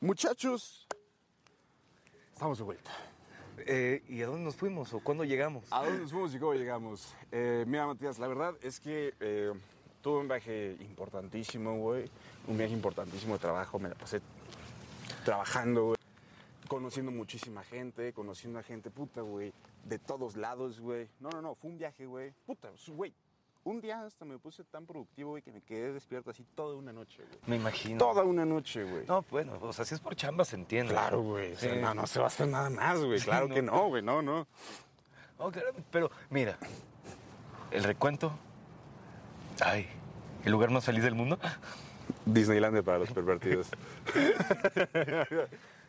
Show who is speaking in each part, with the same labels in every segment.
Speaker 1: Muchachos, estamos de vuelta.
Speaker 2: Eh, ¿Y a dónde nos fuimos o cuándo llegamos?
Speaker 1: ¿A dónde nos fuimos y cómo llegamos? Eh, mira, Matías, la verdad es que eh, tuve un viaje importantísimo, güey. Un viaje importantísimo de trabajo. Me la pasé trabajando, güey. Conociendo muchísima gente, conociendo a gente, puta, güey. De todos lados, güey. No, no, no, fue un viaje, güey. Puta, güey. Un día hasta me puse tan productivo, güey, que me quedé despierto así toda una noche, güey.
Speaker 2: Me imagino.
Speaker 1: Toda una noche, güey.
Speaker 2: No, bueno, o sea, si es por chamba se entiende.
Speaker 1: Claro, güey. O sea,
Speaker 2: Sí.
Speaker 1: no, no se va a hacer nada más, güey.
Speaker 2: Sí,
Speaker 1: claro
Speaker 2: no.
Speaker 1: que no, güey. No, no.
Speaker 2: Oh, claro, pero mira, el recuento. Ay, el lugar más feliz del mundo.
Speaker 1: Disneylandia para los pervertidos.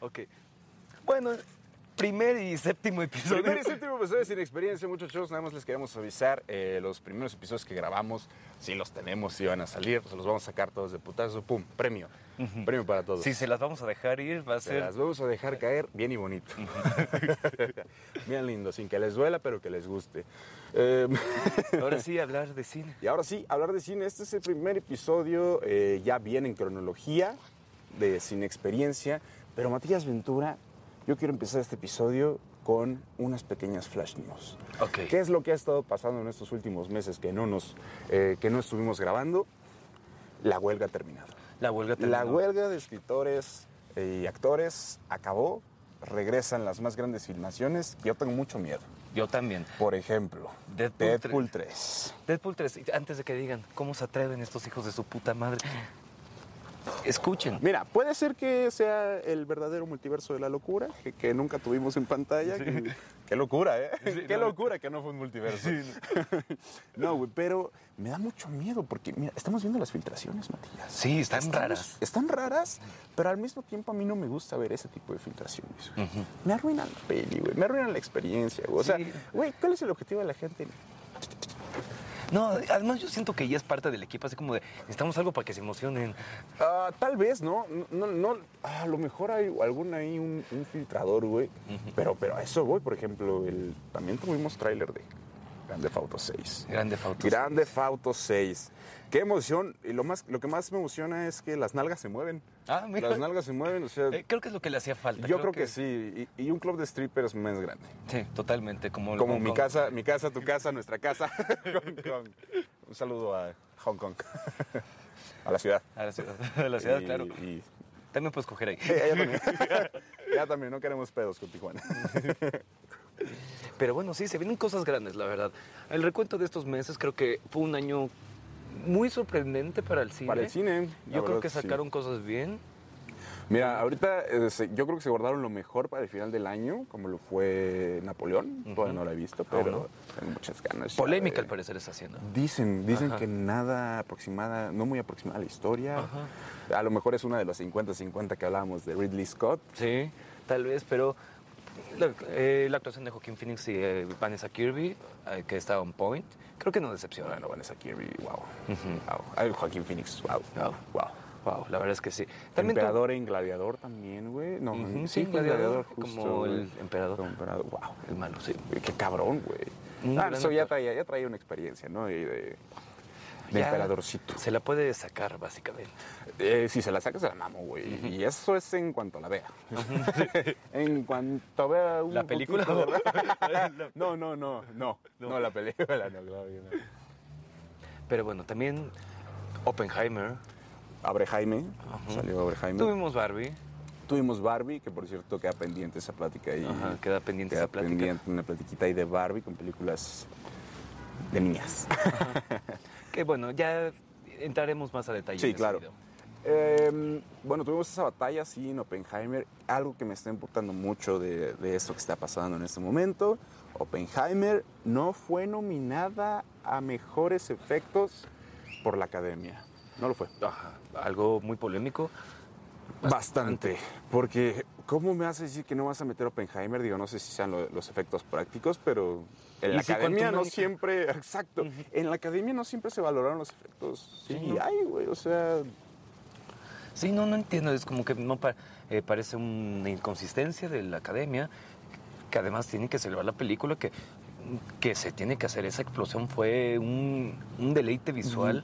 Speaker 2: Ok. Bueno, primer y séptimo episodio.
Speaker 1: Primer y séptimo episodio sin experiencia, muchachos. Nada más les queremos avisar. eh, los primeros episodios que grabamos, si los tenemos, si van a salir, pues los vamos a sacar todos de putazo. ¡Pum! Premio. Premio para todos.
Speaker 2: Si se las vamos a dejar ir, va a
Speaker 1: Se
Speaker 2: ser.
Speaker 1: las vamos a dejar caer bien y bonito. bien lindo, sin que les duela, pero que les guste. Eh,
Speaker 2: Ahora sí, hablar de cine.
Speaker 1: y ahora sí, hablar de cine. Este es el primer episodio, eh, ya bien en cronología, de sin experiencia. Pero Matías Ventura, yo quiero empezar este episodio con unas pequeñas flash news.
Speaker 2: Ok.
Speaker 1: ¿Qué es lo que ha estado pasando en estos últimos meses que no nos, eh, que no estuvimos grabando? La huelga ha terminado.
Speaker 2: La huelga
Speaker 1: La
Speaker 2: terminó.
Speaker 1: huelga de escritores eh, y actores acabó. Regresan las más grandes filmaciones. Yo tengo mucho miedo.
Speaker 2: Yo también.
Speaker 1: Por ejemplo,
Speaker 2: Deadpool
Speaker 1: Deadpool 3.
Speaker 2: Deadpool 3, y antes de que digan, ¿cómo se atreven estos hijos de su puta madre? Escuchen.
Speaker 1: Mira, puede ser que sea el verdadero multiverso de la locura que, que nunca tuvimos en pantalla. Que- Qué locura, ¿eh?
Speaker 2: Sí,
Speaker 1: Qué
Speaker 2: no.
Speaker 1: locura que no fue un multiverso. no, güey, pero me da mucho miedo porque, mira, estamos viendo las filtraciones, Matías.
Speaker 2: Sí, están
Speaker 1: Estamos-
Speaker 2: raras.
Speaker 1: Están raras, pero al mismo tiempo a mí no me gusta ver ese tipo de filtraciones. güey. Me arruinan la peli, güey. Me arruinan la experiencia, güey. O sea,
Speaker 2: Sí.
Speaker 1: güey, ¿cuál es el objetivo de la gente?
Speaker 2: No, además yo siento que ya es parte del equipo, así como de, necesitamos algo para que se emocionen.
Speaker 1: Ah, tal vez, ¿no? No, no, ah, a lo mejor hay algún ahí, un, un filtrador, güey. Pero, pero a eso voy, por ejemplo, el, también tuvimos tráiler de Grande Auto 6.
Speaker 2: Grande fotos.
Speaker 1: Grande Auto 6. Qué emoción. Y lo, más, lo que más me emociona es que las nalgas se mueven.
Speaker 2: Ah, mira.
Speaker 1: Las nalgas se mueven, o sea...
Speaker 2: Eh, creo que es lo que le hacía falta.
Speaker 1: Yo creo que, sí, y, y un club de strippers más grande.
Speaker 2: Sí, totalmente. Como,
Speaker 1: Como
Speaker 2: como-
Speaker 1: mi casa, mi casa, tu casa, nuestra casa. Hong Kong. Un saludo a Hong Kong, a la ciudad.
Speaker 2: A la ciudad, a la ciudad,
Speaker 1: Y-
Speaker 2: claro.
Speaker 1: y-
Speaker 2: También puedes coger ahí.
Speaker 1: Sí, allá también. ya también, no queremos pedos con Tijuana.
Speaker 2: Pero bueno, sí, se vienen cosas grandes, la verdad. El recuento de estos meses creo que fue un año muy sorprendente para el cine.
Speaker 1: Para el cine, la
Speaker 2: Yo creo
Speaker 1: verdad,
Speaker 2: que
Speaker 1: sí.
Speaker 2: sacaron cosas bien.
Speaker 1: Mira, ahorita eh, se- yo creo que se guardaron lo mejor para el final del año, como lo fue Napoleón. Todavía no lo he visto, pero
Speaker 2: no.
Speaker 1: tengo muchas ganas. ya
Speaker 2: Ah, Polémica
Speaker 1: de-
Speaker 2: al parecer está haciendo.
Speaker 1: Dicen, dicen
Speaker 2: Ajá.
Speaker 1: que nada aproximada, no muy aproximada a la historia.
Speaker 2: Ajá.
Speaker 1: A lo mejor es una de las 50-50 que hablábamos de Ridley Scott.
Speaker 2: Sí, tal vez, pero la, eh, la actuación de Joaquín Phoenix y eh, Vanessa Kirby, eh, que está on point, creo que no decepciona.
Speaker 1: Bueno, Vanessa Kirby, wow. wow. Ay, Joaquín Phoenix, wow.
Speaker 2: Wow.
Speaker 1: wow.
Speaker 2: Wow, la verdad es que sí. tu-
Speaker 1: emperador en Gladiador también, güey. No,
Speaker 2: Ujú,
Speaker 1: en- sí,
Speaker 2: sí,
Speaker 1: fue en
Speaker 2: Gladiador,
Speaker 1: Gladiador, justo,
Speaker 2: como
Speaker 1: güey.
Speaker 2: el emperador.
Speaker 1: Como emperador, wow.
Speaker 2: el malo, sí.
Speaker 1: Güey, Qué cabrón, güey.
Speaker 2: Un
Speaker 1: Ah,
Speaker 2: gran
Speaker 1: eso ya
Speaker 2: actor.
Speaker 1: traía, ya traía una experiencia, ¿no? Y de, de
Speaker 2: Ya
Speaker 1: emperadorcito.
Speaker 2: Se la puede sacar, básicamente.
Speaker 1: Eh, si se la sacas, se la mamo, güey. Y eso es en cuanto la vea. en cuanto vea un
Speaker 2: ¿La película?
Speaker 1: poquito de- no, no, no, no. No, la película, no, Claudio, no.
Speaker 2: Pero bueno, también Oppenheimer.
Speaker 1: Abre Jaime, salió Abre Jaime.
Speaker 2: Tuvimos Barbie.
Speaker 1: Tuvimos Barbie, que por cierto queda pendiente esa plática ahí.
Speaker 2: Ajá, queda pendiente
Speaker 1: Queda
Speaker 2: esa plática.
Speaker 1: pendiente una platiquita ahí de Barbie con películas de niñas.
Speaker 2: Que bueno, ya entraremos más a detalle. en
Speaker 1: Sí,
Speaker 2: ese
Speaker 1: claro.
Speaker 2: video.
Speaker 1: Eh, bueno, tuvimos esa batalla, sí, en Oppenheimer. Algo que me está importando mucho de, de esto que está pasando en este momento. Oppenheimer no fue nominada a mejores efectos por la academia. No lo fue.
Speaker 2: Ajá, algo muy polémico.
Speaker 1: Bastante. Porque, ¿cómo me haces decir que no vas a meter Oppenheimer? Digo, no sé si sean lo- los efectos prácticos, pero en
Speaker 2: Y
Speaker 1: la
Speaker 2: si
Speaker 1: academia no
Speaker 2: Quantum Mania-
Speaker 1: siempre. Exacto. En la academia no siempre se valoraron los efectos. Sí, ay, güey. O sea,
Speaker 2: Sí, no, no entiendo. Es como que no pa- eh, parece una inconsistencia de la academia, que además tienen que celebrar la película, que que se tiene que hacer. Esa explosión fue un, un deleite visual.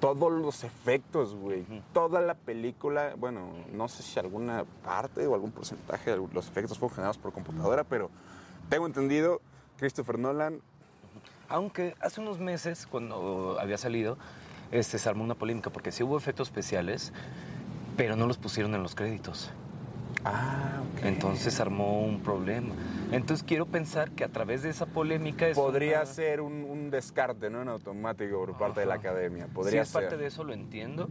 Speaker 1: Todos los efectos, güey. Toda la película, bueno, no sé si alguna parte o algún porcentaje de los efectos fueron generados por computadora, pero tengo entendido, Christopher Nolan,
Speaker 2: Aunque hace unos meses, cuando había salido, este, se armó una polémica porque sí hubo efectos especiales, pero no los pusieron en los créditos.
Speaker 1: ah, ok.
Speaker 2: Entonces armó un problema. Entonces quiero pensar que a través de esa polémica es
Speaker 1: podría
Speaker 2: una-
Speaker 1: ser un, un descarte, ¿no? En automático por parte de la
Speaker 2: Ajá.
Speaker 1: academia. Podría
Speaker 2: si es
Speaker 1: ser.
Speaker 2: parte de eso, lo entiendo.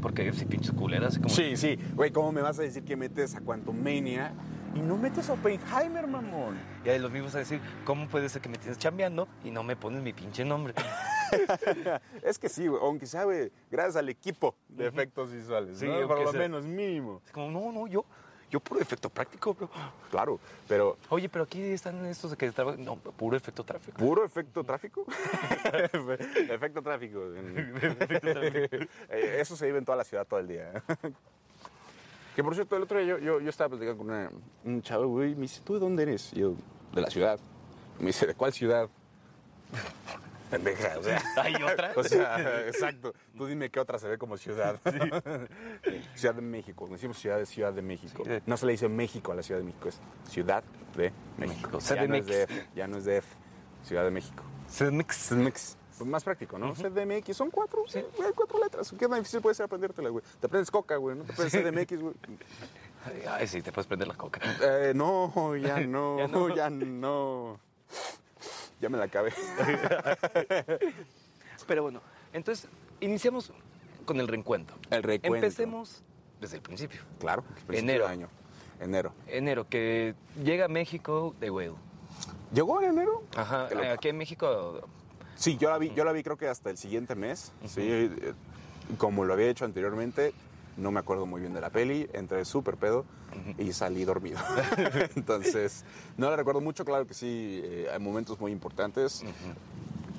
Speaker 2: Porque si pinches culeras, así como.
Speaker 1: Sí, sí. Güey, ¿cómo me vas a decir que metes a Quantumania y no metes a Oppenheimer, mamón?
Speaker 2: Y ahí los mismos a decir, ¿cómo puede ser que me tienes chambeando y no me pones mi pinche nombre?
Speaker 1: Es que sí, güey. Aunque sabe, gracias al equipo de efectos visuales,
Speaker 2: Sí,
Speaker 1: ¿no?
Speaker 2: aunque
Speaker 1: Por lo
Speaker 2: sea.
Speaker 1: menos, mínimo.
Speaker 2: Es como, no, no, yo, yo puro efecto práctico, bro.
Speaker 1: Claro, pero
Speaker 2: Oye, pero aquí están estos de que trabajan. No, puro efecto tráfico.
Speaker 1: puro efecto tráfico. efecto tráfico. Eh, Eso se vive en toda la ciudad todo el día. ¿eh? Que por cierto, el otro día yo, yo, yo estaba platicando con una- un chavo, güey, y me dice, ¿tú de dónde eres? Y yo, de la ciudad. Y me dice, ¿de cuál ciudad? Pendeja, o sea.
Speaker 2: ¿Hay otra?
Speaker 1: O sea, exacto. Tú dime qué otra se ve como ciudad. ciudad de México. Nos decimos ciudad de Ciudad de México.
Speaker 2: Sí.
Speaker 1: No se le dice México a la Ciudad de México, es Ciudad de México.
Speaker 2: México, CDMX.
Speaker 1: Ya no es DF, ya no es DF. Ciudad de México.
Speaker 2: CDMX.
Speaker 1: CDMX. Pues más práctico, ¿no? CDMX son cuatro, güey, cuatro letras. ¿Qué tan difícil puede ser aprendértela, güey? Te aprendes coca, güey, no te aprendes CDMX, güey.
Speaker 2: Ay, sí, te puedes prender la coca.
Speaker 1: Eh, no, ya no, ya
Speaker 2: Ya
Speaker 1: no,
Speaker 2: no.
Speaker 1: ya no. Ya me la acabé.
Speaker 2: Pero bueno, entonces, iniciamos con el reencuentro.
Speaker 1: El recuento.
Speaker 2: Empecemos desde el principio.
Speaker 1: Claro, principio
Speaker 2: Enero.
Speaker 1: de año. Enero.
Speaker 2: Enero, que llega a México de Whale.
Speaker 1: ¿Llegó en enero?
Speaker 2: Ajá,
Speaker 1: Qué loco.
Speaker 2: aquí en México.
Speaker 1: Sí, yo la vi, yo la vi creo que hasta el siguiente mes. Sí, eh, como lo había hecho anteriormente, no me acuerdo muy bien de la peli, entré súper pedo y salí dormido. Entonces, no la recuerdo mucho, claro que sí, eh, hay momentos muy importantes.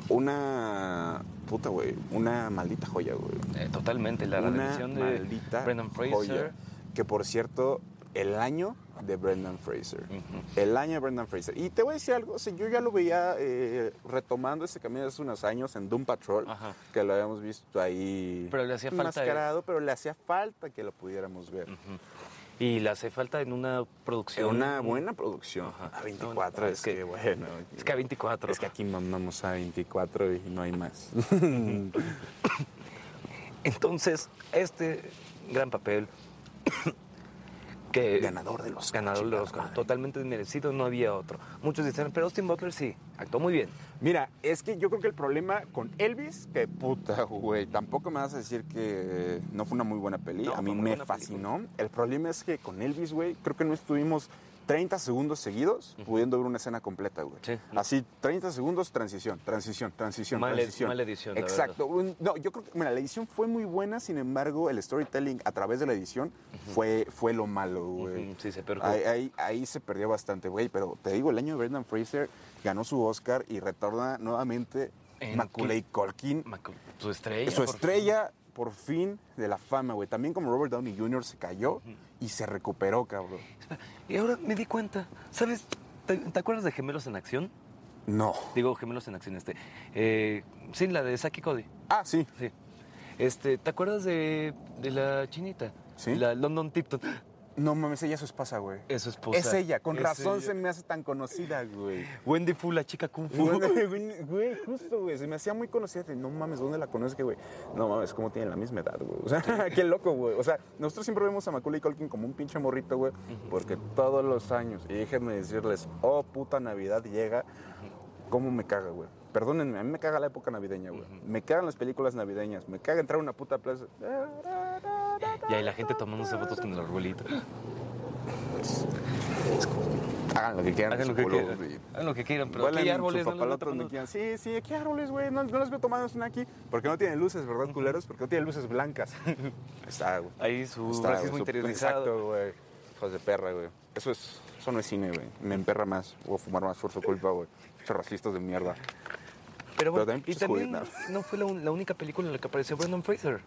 Speaker 1: Una puta, güey, una maldita joya, güey.
Speaker 2: eh, totalmente, la
Speaker 1: una
Speaker 2: redención de
Speaker 1: maldita
Speaker 2: Brendan Fraser.
Speaker 1: joya. Que por cierto, el año de Brendan Fraser. El año de Brendan Fraser. Y te voy a decir algo, o sea, yo ya lo veía eh, retomando ese camino hace unos años en Doom Patrol,
Speaker 2: Ajá.
Speaker 1: que lo habíamos visto ahí
Speaker 2: Pero le hacía falta-
Speaker 1: enmascarado, pero le hacía falta que lo pudiéramos ver.
Speaker 2: Y le hace falta en una
Speaker 1: En
Speaker 2: producción.
Speaker 1: una buena producción.
Speaker 2: Ajá.
Speaker 1: A 24,
Speaker 2: No,
Speaker 1: es, que, bueno.
Speaker 2: Es que a 24.
Speaker 1: Es que aquí mamamos a 24 y no hay más.
Speaker 2: Entonces, este gran papel que
Speaker 1: Ganador del Oscar,
Speaker 2: ganador del
Speaker 1: chingada
Speaker 2: Oscar,
Speaker 1: madre.
Speaker 2: totalmente desmerecido, no había otro. Muchos dicen, pero Austin Butler sí, actuó muy bien.
Speaker 1: Mira, es que yo creo que el problema con Elvis, que puta, güey, tampoco me vas a decir que no fue una muy buena peli.
Speaker 2: No,
Speaker 1: a
Speaker 2: fue
Speaker 1: mí
Speaker 2: muy
Speaker 1: me
Speaker 2: buena
Speaker 1: fascinó. El problema es que con Elvis, güey, creo que no estuvimos 30 segundos seguidos pudiendo ver una escena completa, güey.
Speaker 2: Sí.
Speaker 1: Así, 30 segundos, transición, transición, transición,
Speaker 2: Mala-
Speaker 1: transición.
Speaker 2: mala edición, la
Speaker 1: Exacto. Un- No, yo creo que, mira, la edición fue muy buena, sin embargo, el storytelling a través de la edición fue, fue lo malo, güey.
Speaker 2: Ujú, sí, se perjudicó.
Speaker 1: Ahí- ahí, ahí se perdió bastante, güey. Pero te digo, el año de Brendan Fraser ganó su Oscar y retorna nuevamente
Speaker 2: En
Speaker 1: Macaulay Culkin. eh,
Speaker 2: Macu- Su estrella.
Speaker 1: Su
Speaker 2: por
Speaker 1: estrella, por fin, de la fama, güey. También como Robert Downey Jr. se cayó y se recuperó, cabrón.
Speaker 2: fin. Y ahora me di cuenta, ¿sabes? ¿Te, te acuerdas de Gemelos en Acción?
Speaker 1: No.
Speaker 2: Digo, Gemelos en Acción, este. eh, sí, la de Saki Cody.
Speaker 1: Ah, sí.
Speaker 2: Sí. Este, ¿te acuerdas de, de la chinita?
Speaker 1: Sí.
Speaker 2: La London Tipton.
Speaker 1: No mames, ella es su esposa, güey.
Speaker 2: Es su esposa.
Speaker 1: Es ella, con
Speaker 2: Es
Speaker 1: razón
Speaker 2: ella.
Speaker 1: se me hace tan conocida, güey.
Speaker 2: Wendy Fu, la chica Kung Fu.
Speaker 1: Güey, güey, justo, güey. Se me hacía muy conocida. de, No mames, ¿dónde la conoces, güey? No mames, ¿cómo tienen la misma edad, güey? O sea, qué loco, güey. O sea, nosotros siempre vemos a Macaulay Culkin como un pinche morrito, güey. Porque todos los años, y déjenme decirles, oh, puta Navidad llega, ¿cómo me caga, güey? Perdónenme, a mí me caga la época navideña, güey. Me cagan las películas navideñas. Me caga entrar a una puta plaza.
Speaker 2: Y ahí la gente tomándose fotos con el arbolito.
Speaker 1: Hagan lo que quieran.
Speaker 2: Hagan lo
Speaker 1: su
Speaker 2: que
Speaker 1: culo,
Speaker 2: quieran.
Speaker 1: güey.
Speaker 2: Hagan lo que quieran, pero
Speaker 1: Vuelan
Speaker 2: aquí hay
Speaker 1: en su
Speaker 2: árboles. los
Speaker 1: papalote
Speaker 2: veo
Speaker 1: donde
Speaker 2: tomando.
Speaker 1: quieran. Sí, sí, aquí hay árboles, güey. No, no los veo tomando una aquí. Porque no tienen luces, ¿verdad, culeros? Porque no tienen luces blancas. Está, güey.
Speaker 2: Ahí su
Speaker 1: Está,
Speaker 2: racismo
Speaker 1: güey, su-
Speaker 2: interiorizado.
Speaker 1: Exacto, güey. Hijos de perra, güey. Eso, es, eso no es cine, güey. Me emperra más. Voy a fumar más por su culpa, güey. Muchos racistas de mierda.
Speaker 2: Pero bueno,
Speaker 1: Pero también
Speaker 2: y también
Speaker 1: pinches judíos,
Speaker 2: no fue la, un- la única película en la que apareció Brendan Fraser.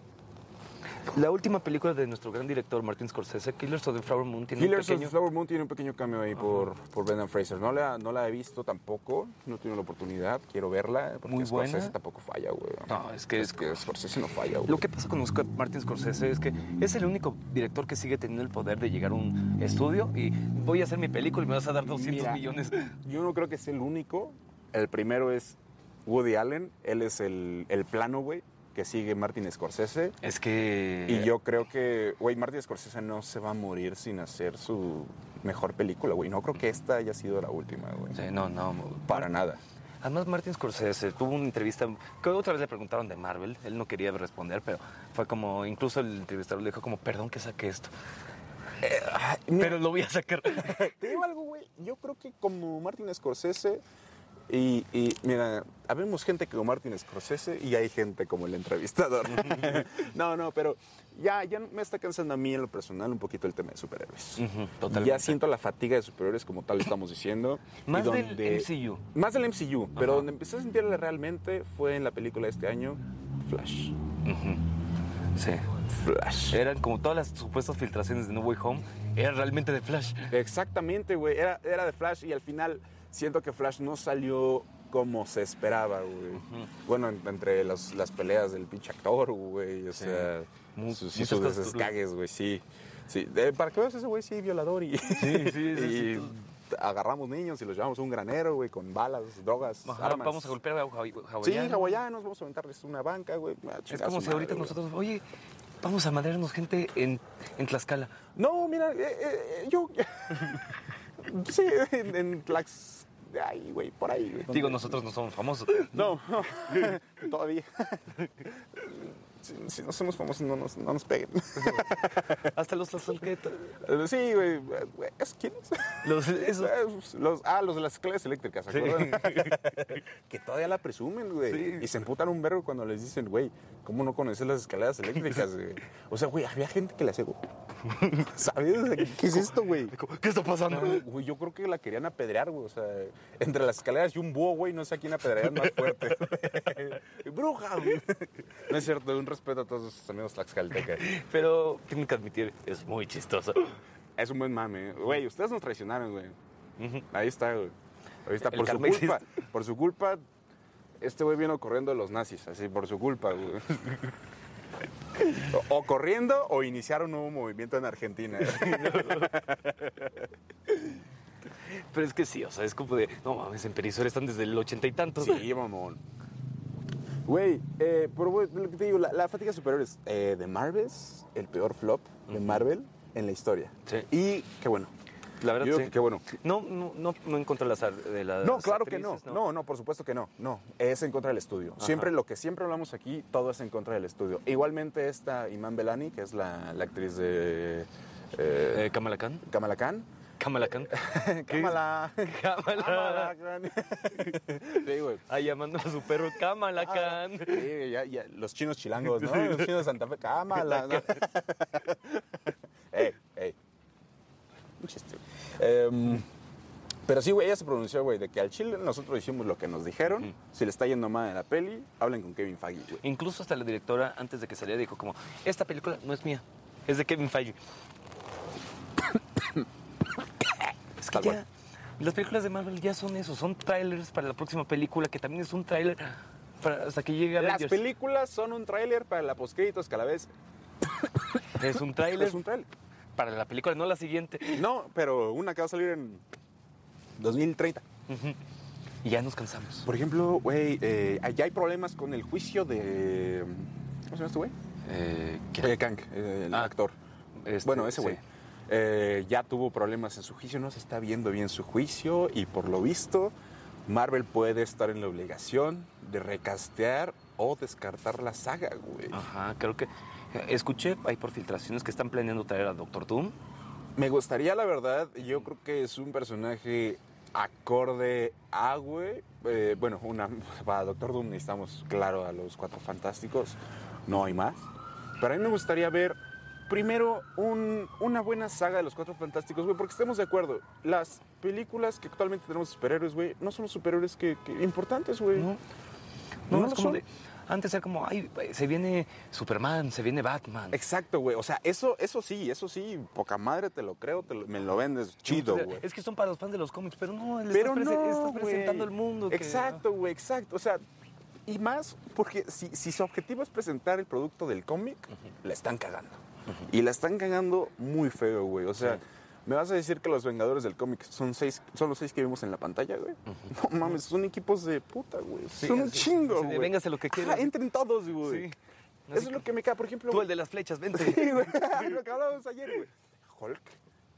Speaker 2: La última película de nuestro gran director, Martin Scorsese, Killers of the Flower Moon, tiene
Speaker 1: Killers
Speaker 2: un
Speaker 1: of
Speaker 2: pequeño...
Speaker 1: the Flower Moon tiene un pequeño cambio ahí por, por Brendan Fraser. No la, no la he visto tampoco, no he tenido la oportunidad, quiero verla. Porque
Speaker 2: Muy buena.
Speaker 1: Scorsese tampoco falla, güey.
Speaker 2: No, es que
Speaker 1: es
Speaker 2: es-
Speaker 1: que Scorsese no falla, güey.
Speaker 2: Lo que pasa con Oscar Martin Scorsese es que es el único director que sigue teniendo el poder de llegar a un estudio y voy a hacer mi película y me vas a dar 200
Speaker 1: Mira.
Speaker 2: millones.
Speaker 1: Yo no creo que sea el único. El primero es Woody Allen. Él es el, el plano, güey, que sigue Martin Scorsese.
Speaker 2: Es que...
Speaker 1: Y yo creo que, güey, Martin Scorsese no se va a morir sin hacer su mejor película, güey. No creo que esta haya sido la última, güey.
Speaker 2: Sí, no, no.
Speaker 1: Para nada.
Speaker 2: Además, Martin Scorsese tuvo una entrevista que otra vez le preguntaron de Marvel. Él no quería responder, pero fue como, incluso el entrevistador le dijo como, perdón que saqué esto, pero lo voy a sacar.
Speaker 1: Te digo algo, güey. Yo creo que como Martin Scorsese. Y, y, mira, habemos gente como Martin Scorsese y hay gente como el entrevistador. no, no, pero ya, ya me está cansando a mí en lo personal un poquito el tema de superhéroes.
Speaker 2: Ujú, totalmente.
Speaker 1: Ya siento la fatiga de superhéroes, como tal estamos diciendo. y
Speaker 2: Más del
Speaker 1: donde-
Speaker 2: MCU.
Speaker 1: Más del MCU, pero
Speaker 2: Ajá.
Speaker 1: donde empecé a sentirla realmente fue en la película de este año, Flash.
Speaker 2: Ujú. Sí.
Speaker 1: Flash.
Speaker 2: Eran como todas las supuestas filtraciones de No Way Home, eran realmente de Flash.
Speaker 1: Exactamente, güey. Era, era de Flash y al final siento que Flash no salió como se esperaba, güey. Bueno, en- entre las- las peleas del pinche actor, güey. O
Speaker 2: Sí.
Speaker 1: sea,
Speaker 2: Mu-
Speaker 1: sus,
Speaker 2: muchas
Speaker 1: sus
Speaker 2: cosas-
Speaker 1: descagues, güey, sí. sí. De- para que veas ese güey, sí, violador y.
Speaker 2: sí, sí,
Speaker 1: y
Speaker 2: sí.
Speaker 1: agarramos niños y los llevamos a un granero, güey, con balas, drogas,
Speaker 2: Ajá,
Speaker 1: armas.
Speaker 2: Vamos a golpear a Hawái.
Speaker 1: Sí, hawaianos, vamos a aventarles una banca, güey. Ah,
Speaker 2: Es
Speaker 1: chinga
Speaker 2: como
Speaker 1: su
Speaker 2: si ahorita
Speaker 1: madre, güey.
Speaker 2: nosotros, oye, vamos a madrearnos gente en, en Tlaxcala.
Speaker 1: No, mira, eh, eh, eh, yo. sí, en, en Tlax- Ay, güey, por ahí, güey.
Speaker 2: Digo, nosotros no somos famosos.
Speaker 1: No, todavía. si, si no somos famosos, no nos, no nos peguen.
Speaker 2: Hasta los tlaxcalquetas.
Speaker 1: sí, güey. güey, ¿es- ¿Quiénes?
Speaker 2: Los, esos-
Speaker 1: Eh, Los, ah, los de las escaleras eléctricas, ¿se
Speaker 2: Sí.
Speaker 1: acuerdan? que todavía la presumen, güey.
Speaker 2: Sí.
Speaker 1: Y se emputan un verbo cuando les dicen, güey, ¿cómo no conoces las escaleras eléctricas, güey? O sea, güey, había gente que le hacía, güey, ¿sabes? ¿Qué es esto, güey?
Speaker 2: ¿Qué está pasando?
Speaker 1: No, güey, yo creo que la querían apedrear, güey. O sea, entre las escaleras y un búho, güey, no sé a quién apedrearían más fuerte. ¡Bruja! güey. No es cierto, un respeto a todos nuestros amigos tlaxcaltecas.
Speaker 2: Pero tengo que admitir, es muy chistoso.
Speaker 1: Es un buen mame. ¿eh? Güey, ustedes nos traicionaron, güey. Ahí está, güey. Ahí está,
Speaker 2: El
Speaker 1: por su
Speaker 2: karma existe.
Speaker 1: culpa. Por su culpa, este güey vino corriendo de los nazis, así, por su culpa, güey. O o corriendo o iniciar un nuevo movimiento en Argentina.
Speaker 2: Pero es que sí, o sea, es como de, no mames, en Perisur están desde el ochenta y tantos.
Speaker 1: Sí, mamón. Güey, eh, pero güey, lo que te digo, la, la fatiga superior es eh, de Marvel, el peor flop de Marvel en la historia.
Speaker 2: Sí.
Speaker 1: Y qué bueno.
Speaker 2: La verdad,
Speaker 1: Yo
Speaker 2: sí.
Speaker 1: creo que qué bueno.
Speaker 2: No, no, no, no en contra de las, ar- de las
Speaker 1: No, claro que no.
Speaker 2: actrices,
Speaker 1: no. No, por supuesto que no. No, es en contra del estudio. Siempre lo que siempre hablamos aquí, todo es en contra del estudio. Igualmente esta Iman Belani, que es la, la actriz de eh,
Speaker 2: Eh, ¿Kamala Khan?
Speaker 1: Kamala Khan.
Speaker 2: ¿Kamala Khan?
Speaker 1: Kamala. Kamala
Speaker 2: ¡Kamala!
Speaker 1: Khan. sí, güey.
Speaker 2: Ay, llamando a su perro, ¡Kamala
Speaker 1: Ah.
Speaker 2: Khan!
Speaker 1: Sí, ya- ya, los chinos chilangos, ¿no? Los chinos de Santa Fe, cámala. ¿no? ey, ey. Un chiste. Em, pero sí, güey, ella se pronunció, güey, de que al Chile nosotros hicimos lo que nos dijeron. Si le está yendo mal en la peli, hablen con Kevin Feige, güey.
Speaker 2: Incluso hasta la directora, antes de que saliera, dijo como, esta película no es mía, es de Kevin Feige. es que
Speaker 1: Tal
Speaker 2: ya,
Speaker 1: cual.
Speaker 2: las películas de Marvel ya son eso, son trailers para la próxima película, que también es un trailer para, hasta que llegue
Speaker 1: Las
Speaker 2: Avengers.
Speaker 1: películas son un tráiler para la postcréditos que a la vez
Speaker 2: Es un
Speaker 1: es
Speaker 2: tráiler
Speaker 1: un tráiler.
Speaker 2: para la película, no la siguiente.
Speaker 1: No, pero una que va a salir en 2030.
Speaker 2: Y ya nos cansamos.
Speaker 1: Por ejemplo, güey, eh, allá hay problemas con el juicio de... ¿Cómo se llama este güey?
Speaker 2: Eh, ¿quién?
Speaker 1: Eh, Kang, eh, el
Speaker 2: Ah,
Speaker 1: actor.
Speaker 2: este,
Speaker 1: bueno, ese
Speaker 2: sí.
Speaker 1: güey. Eh, ya tuvo problemas en su juicio, no se está viendo bien su juicio y por lo visto Marvel puede estar en la obligación de recastear o descartar la saga, güey.
Speaker 2: Ajá, creo que... eh, Escuché, hay por filtraciones que están planeando traer a Doctor Doom.
Speaker 1: Me gustaría, la verdad, yo creo que es un personaje acorde a, güey. eh, bueno, una, para Doctor Doom necesitamos, claro, a los cuatro fantásticos. No hay más. Pero a mí me gustaría ver, primero, un- una buena saga de los cuatro fantásticos, güey, porque estemos de acuerdo. Las películas que actualmente tenemos de superhéroes, güey, no son los superhéroes que, que- importantes, güey.
Speaker 2: ¿no? No,
Speaker 1: No
Speaker 2: es
Speaker 1: lo
Speaker 2: como
Speaker 1: son.
Speaker 2: de- antes era como, ay, se viene Superman, se viene Batman.
Speaker 1: Exacto, güey. O sea, eso, eso sí, eso sí, poca madre, te lo creo, te lo- me lo vendes chido,
Speaker 2: Entonces,
Speaker 1: güey.
Speaker 2: Es que son para los fans de los cómics, pero no, le
Speaker 1: Pero
Speaker 2: estás, prese-
Speaker 1: no,
Speaker 2: estás
Speaker 1: güey.
Speaker 2: presentando el mundo. que-
Speaker 1: Exacto, güey, exacto. O sea, y más porque si, si su objetivo es presentar el producto del cómic, la están cagando. Y la están cagando muy feo, güey. O sea,
Speaker 2: Sí.
Speaker 1: ¿me vas a decir que los Vengadores del cómic son seis, son los seis que vimos en la pantalla, güey? No mames, son equipos de puta, güey.
Speaker 2: Sí,
Speaker 1: son un
Speaker 2: así,
Speaker 1: chingo,
Speaker 2: así de,
Speaker 1: güey.
Speaker 2: véngase lo que
Speaker 1: Ajá,
Speaker 2: quieras.
Speaker 1: entren todos, güey.
Speaker 2: Sí. Así
Speaker 1: Eso es lo que me cae, por ejemplo.
Speaker 2: Tú,
Speaker 1: güey,
Speaker 2: el de las flechas, vente.
Speaker 1: Sí, güey. Lo que hablábamos ayer, güey. Hulk.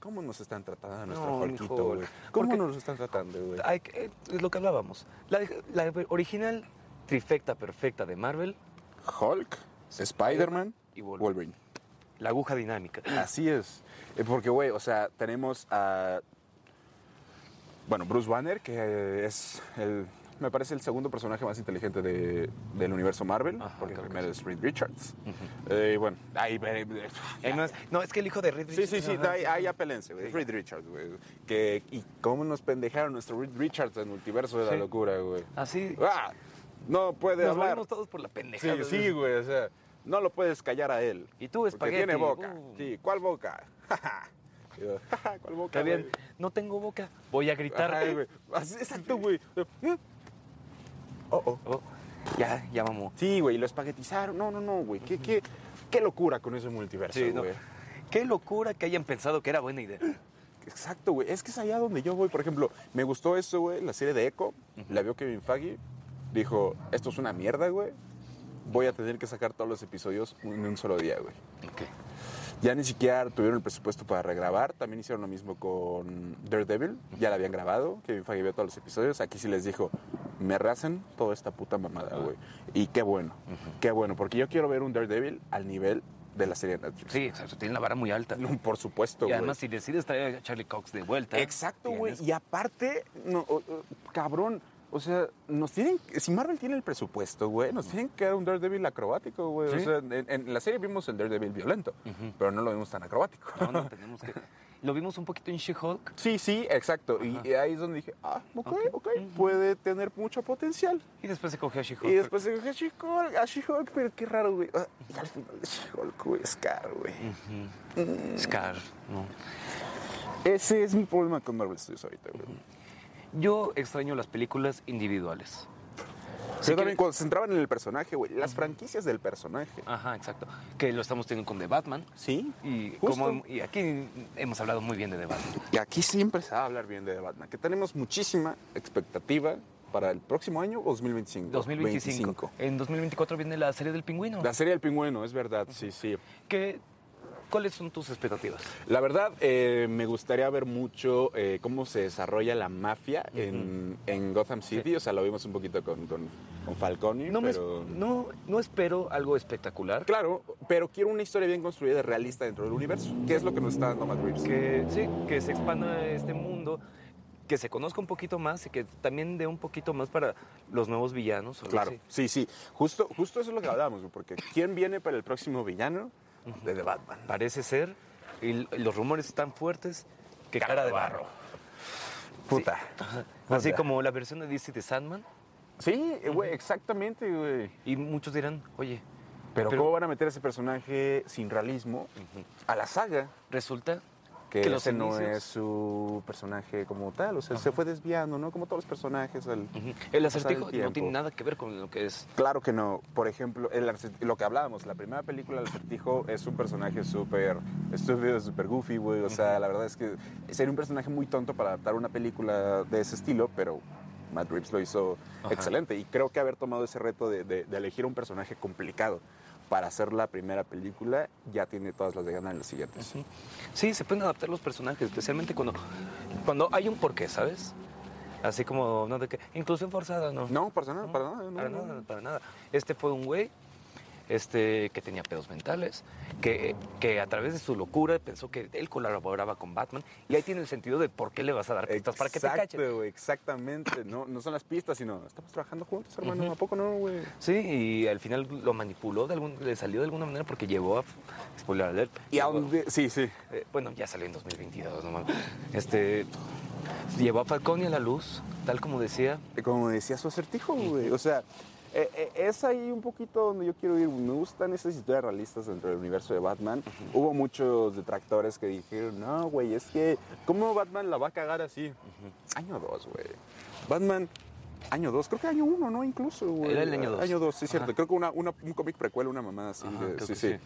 Speaker 1: ¿Cómo nos están tratando a nuestro
Speaker 2: No, mi
Speaker 1: Hulkito,
Speaker 2: Hulk.
Speaker 1: güey? ¿Cómo
Speaker 2: Porque-
Speaker 1: nos están tratando, güey?
Speaker 2: Hay que- eh, es lo que hablábamos. La, la original trifecta perfecta de Marvel,
Speaker 1: Hulk, Spider-Man
Speaker 2: Y
Speaker 1: y
Speaker 2: Wolverine.
Speaker 1: Wolverine.
Speaker 2: la aguja dinámica.
Speaker 1: Así es. Eh, Porque, güey, o sea, tenemos a. Bueno, Bruce Banner, que eh, es el. Me parece el segundo personaje más inteligente de- del universo Marvel,
Speaker 2: Ajá,
Speaker 1: porque el
Speaker 2: creo que
Speaker 1: primero
Speaker 2: sí.
Speaker 1: es Reed Richards. Eh, y bueno, ahí. eh,
Speaker 2: Y además- no, es que el hijo de Reed
Speaker 1: Sí, sí, sí,
Speaker 2: Richards-
Speaker 1: ahí, ahí apelense, güey.
Speaker 2: Sí.
Speaker 1: Reed Richards, güey. Que, y cómo nos pendejaron nuestro Reed Richards en Multiverso de
Speaker 2: Sí.
Speaker 1: la Locura, güey.
Speaker 2: Así.
Speaker 1: Ah, no puede
Speaker 2: Nos
Speaker 1: hablar.
Speaker 2: volvimos todos por la pendejada.
Speaker 1: Sí, sí, güey, o sea, no lo puedes callar a él.
Speaker 2: Y tú,
Speaker 1: porque
Speaker 2: espagueti,
Speaker 1: tiene boca.
Speaker 2: uh.
Speaker 1: Sí, ¿cuál boca? Y yo, "Jaja, ¿Cuál boca?
Speaker 2: Está bien,
Speaker 1: güey?"
Speaker 2: no tengo boca, voy a gritar.
Speaker 1: Ajá, güey. Así, exacto, güey. Mm. Oh, oh.
Speaker 2: Oh, ya, ya mamó.
Speaker 1: Sí, güey, y lo espaguetizaron. No, no, no, güey. ¿Qué, qué, qué locura con ese multiverso,
Speaker 2: Sí, no.
Speaker 1: güey.
Speaker 2: Qué locura que hayan pensado que era buena idea.
Speaker 1: Exacto, güey. Es que es allá donde yo voy. Por ejemplo, me gustó eso, güey, la serie de Echo. La vio Kevin Feige. Dijo, esto es una mierda, güey. Voy a tener que sacar todos los episodios en un solo día, güey. Ya ni siquiera tuvieron el presupuesto para regrabar. También hicieron lo mismo con Daredevil. Ya la habían grabado. Kevin Feige vio todos los episodios. Aquí sí les dijo, me rasen toda esta puta mamada, güey. Y qué bueno. Qué bueno. Porque yo quiero ver un Daredevil al nivel de la serie de Netflix.
Speaker 2: Sí, o sea, tiene la vara muy alta.
Speaker 1: Por supuesto,
Speaker 2: Y
Speaker 1: güey.
Speaker 2: además, si decides traer a Charlie Cox de vuelta.
Speaker 1: Exacto, güey.
Speaker 2: tienes-
Speaker 1: Y aparte, no, o- o- cabrón, o sea, nos tienen, si Marvel tiene el presupuesto, güey, nos tienen que dar un Daredevil acrobático, güey.
Speaker 2: Sí.
Speaker 1: O sea, en, en la serie vimos el Daredevil violento, pero no lo vimos tan acrobático.
Speaker 2: No, no, tenemos que. Lo vimos un poquito en She-Hulk.
Speaker 1: Sí, sí, exacto. Y, y ahí es donde dije, ah, ok, ok, puede tener mucho potencial.
Speaker 2: Y después se cogió a She-Hulk.
Speaker 1: Y después dije, a She-Hulk, a She-Hulk, pero qué raro, güey. Ah, Y al final de She-Hulk, güey, es caro, güey.
Speaker 2: Scar, ¿no?
Speaker 1: Ese es mi problema con Marvel Studios ahorita, güey.
Speaker 2: Yo extraño las películas individuales. Sí,
Speaker 1: Yo también
Speaker 2: que-
Speaker 1: cuando se centraban en el personaje, güey, las franquicias del personaje.
Speaker 2: Ajá, exacto. Que lo estamos teniendo con The Batman.
Speaker 1: Sí.
Speaker 2: Y,
Speaker 1: Justo.
Speaker 2: como, y aquí hemos hablado muy bien de The Batman.
Speaker 1: Y aquí siempre se va a hablar bien de Batman, que tenemos muchísima expectativa para el próximo año 2025.
Speaker 2: 2025.
Speaker 1: 25.
Speaker 2: En 2024 viene la serie del pingüino.
Speaker 1: La serie del pingüino, es verdad, sí, sí.
Speaker 2: ¿Qué- ¿Cuáles son tus expectativas?
Speaker 1: La verdad, eh, me gustaría ver mucho eh, cómo se desarrolla la mafia en, en Gotham City. O sea, lo vimos un poquito con, con, con Falcone,
Speaker 2: No, me es-
Speaker 1: pero...
Speaker 2: no, no espero algo espectacular.
Speaker 1: Claro, pero quiero una historia bien construida, realista dentro del universo, que es lo que nos está dando Matt Reeves.
Speaker 2: Que, sí, que se expanda este mundo, que se conozca un poquito más y que también dé un poquito más para los nuevos villanos. o algo
Speaker 1: Claro,
Speaker 2: así.
Speaker 1: sí, sí. Justo, justo eso es lo que hablábamos, güey, porque ¿quién viene para el próximo villano? De The Batman.
Speaker 2: Parece ser, y l- los rumores están fuertes, que cara de barro.
Speaker 1: Puta.
Speaker 2: Así como la versión de DC de Sandman.
Speaker 1: Sí, eh, güey, exactamente, güey.
Speaker 2: Y muchos dirán, oye,
Speaker 1: Pero,
Speaker 2: Pero-
Speaker 1: ¿cómo van a meter ese personaje sin realismo a la saga?
Speaker 2: resulta
Speaker 1: Que,
Speaker 2: los
Speaker 1: ese no
Speaker 2: inicios-
Speaker 1: es su personaje como tal. O sea, se fue desviando, ¿no? Como todos los personajes. al-
Speaker 2: Ujú. El
Speaker 1: pasar
Speaker 2: acertijo no
Speaker 1: tiempo.
Speaker 2: tiene nada que ver con lo que es.
Speaker 1: Claro que no. Por ejemplo, el acert- lo que hablábamos, la primera película, El Acertijo, es un personaje súper estúpido, súper goofy, güey. O sea, la verdad es que sería un personaje muy tonto para adaptar una película de ese estilo, pero Matt Reeves lo hizo
Speaker 2: Ajá.
Speaker 1: excelente. Y creo que haber tomado ese reto de, de- de elegir un personaje complicado para hacer la primera película, ya tiene todas las de ganar en las siguientes.
Speaker 2: Sí, se pueden adaptar los personajes, especialmente cuando, cuando hay un porqué, ¿sabes? Así como, no de que. Inclusión forzada, no.
Speaker 1: No, para nada, para nada. no,
Speaker 2: para
Speaker 1: no, no.
Speaker 2: nada, para nada. Este fue un güey este, que tenía pedos mentales, que, que a través de su locura pensó que él colaboraba con Batman. Y ahí tiene el sentido de por qué le vas a dar pistas para que te
Speaker 1: Exacto,
Speaker 2: cachen.
Speaker 1: güey, exactamente. No, no son las pistas, sino estamos trabajando juntos, hermano.
Speaker 2: Ujú.
Speaker 1: ¿A poco no, güey?
Speaker 2: Sí, y al final lo manipuló, de algún, le salió de alguna manera porque llevó a. Spoiler alert.
Speaker 1: Y a
Speaker 2: llevó-
Speaker 1: dónde- Sí, sí.
Speaker 2: Eh, bueno, ya salió en 2022, no mames. Este, llevó a Falcone a la luz, tal como decía.
Speaker 1: eh, como decía su acertijo, güey. O sea, Eh, eh, es ahí un poquito donde yo quiero ir. Me gustan esas historias realistas dentro del universo de Batman. Hubo muchos detractores que dijeron, no, güey, es que, ¿cómo Batman la va a cagar así? Año 2, güey. Batman, año 2, creo que año 1, ¿no? Incluso, güey.
Speaker 2: Era el año dos.
Speaker 1: Año 2, sí, cierto. Creo que una, una- un cómic precuela, una mamada así.
Speaker 2: Ajá,
Speaker 1: de-
Speaker 2: creo
Speaker 1: sí,
Speaker 2: que
Speaker 1: sí.
Speaker 2: sí.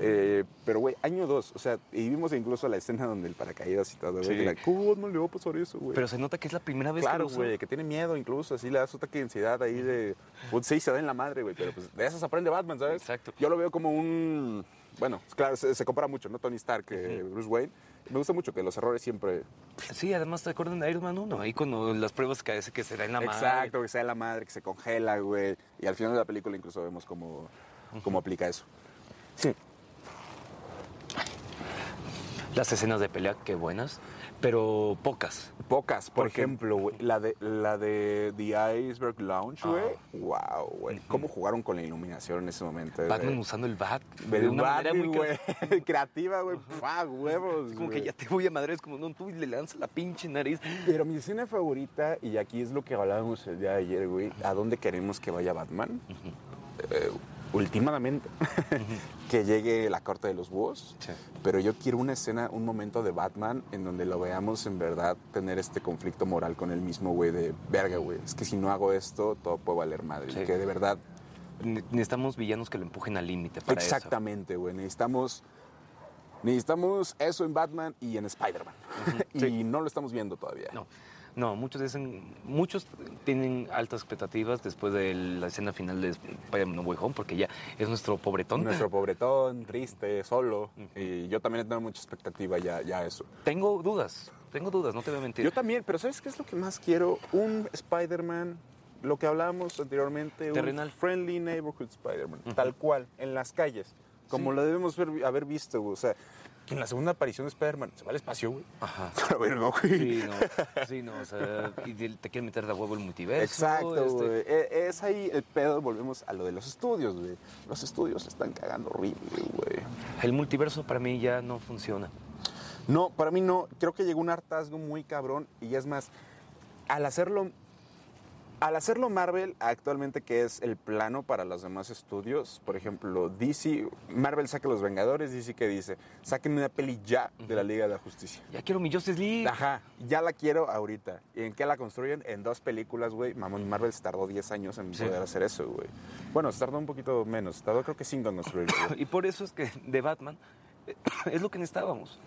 Speaker 1: Eh, pero, güey, año 2, o sea, y vimos incluso la escena donde el paracaídas y todo, güey.
Speaker 2: Sí.
Speaker 1: de la, ¿Cómo no le va a pasar eso, güey?
Speaker 2: Pero se nota que es la primera vez que
Speaker 1: Claro,
Speaker 2: lo usa.
Speaker 1: güey, que tiene miedo incluso, así le da su ataque de ansiedad ahí de... Pues, sí, se da en la madre, güey, pero pues de esas aprende Batman, ¿sabes?
Speaker 2: Exacto.
Speaker 1: Yo lo veo como un... Bueno, claro, se, se compara mucho, ¿no? Tony Stark, eh, Bruce Wayne. Me gusta mucho que los errores siempre...
Speaker 2: Sí, además te acuerdan de Iron Man 1, ahí cuando las pruebas que hace que se da en la mano.
Speaker 1: Exacto, que sea la madre, que se congela, güey. Y al final de la película incluso vemos cómo, cómo aplica eso. Sí.
Speaker 2: Las escenas de pelea, qué buenas, pero pocas.
Speaker 1: Pocas, por,
Speaker 2: Por
Speaker 1: ejemplo, güey. La de, la de The Iceberg Lounge,
Speaker 2: Ah.
Speaker 1: güey. Wow, güey. ¿Cómo jugaron con la iluminación en ese momento?
Speaker 2: Batman
Speaker 1: güey?
Speaker 2: usando el bat
Speaker 1: Del
Speaker 2: de una manera
Speaker 1: Barbie,
Speaker 2: muy
Speaker 1: güey.
Speaker 2: cre-
Speaker 1: Creativa, güey. ¡Pah, huevos!
Speaker 2: Como que
Speaker 1: güey.
Speaker 2: ya te voy a madre, es como, no, tú le lanzas la pinche nariz.
Speaker 1: Pero mi escena favorita, y aquí es lo que hablábamos el día de ayer, güey, ¿a dónde queremos que vaya Batman? Eh, ultimadamente, que llegue la corte de los búhos.
Speaker 2: Sí.
Speaker 1: Pero yo quiero una escena, un momento de Batman en donde lo veamos en verdad tener este conflicto moral con él mismo, güey, de verga, güey. Es que si no hago esto, todo puede valer madre.
Speaker 2: Sí.
Speaker 1: Que de verdad
Speaker 2: Ne- Necesitamos villanos que lo empujen al límite para eso.
Speaker 1: Exactamente, güey. Necesitamos, necesitamos eso en Batman y en Spider-Man. y no lo estamos viendo todavía.
Speaker 2: No, no, muchos dicen, muchos tienen altas expectativas después de la escena final de Spider-Man No Way Home, porque ya es nuestro pobretón.
Speaker 1: Nuestro pobretón, triste, solo. Y yo también tengo mucha expectativa ya, ya a eso.
Speaker 2: Tengo dudas, tengo dudas, no te voy a mentir.
Speaker 1: Yo también, pero ¿sabes qué es lo que más quiero? Un Spider-Man, lo que hablábamos anteriormente,
Speaker 2: Terrenal.
Speaker 1: un Friendly Neighborhood Spider-Man, tal cual, en las calles, como lo debemos ver- haber visto, güey. O sea, que en la segunda aparición de Spider-Man se va al espacio, güey.
Speaker 2: Ajá.
Speaker 1: A ver, no, güey.
Speaker 2: Sí, no, sí, no, o sea, y de- te quieren meter de huevo el multiverso.
Speaker 1: Exacto,
Speaker 2: este,
Speaker 1: güey. E- Es ahí el pedo, volvemos a lo de los estudios, güey. Los estudios están cagando horrible, güey.
Speaker 2: El multiverso para mí ya no funciona.
Speaker 1: No, para mí no. Creo que llegó un hartazgo muy cabrón. Y es más, al hacerlo. Al hacerlo Marvel, actualmente que es el plano para los demás estudios, por ejemplo, DC, Marvel saca los Vengadores, DC que dice, saquen una peli ya de la Liga de la Justicia.
Speaker 2: Ya quiero mi Justice League.
Speaker 1: Ajá, ya la quiero ahorita. ¿Y en qué la construyen? En dos películas, güey. Mamón, Marvel se tardó 10 años en
Speaker 2: Sí.
Speaker 1: poder hacer eso, güey. Bueno, se tardó un poquito menos. Tardó creo que 5 en construirlo. güey.
Speaker 2: Y por eso es que de Batman eh, es lo que necesitábamos.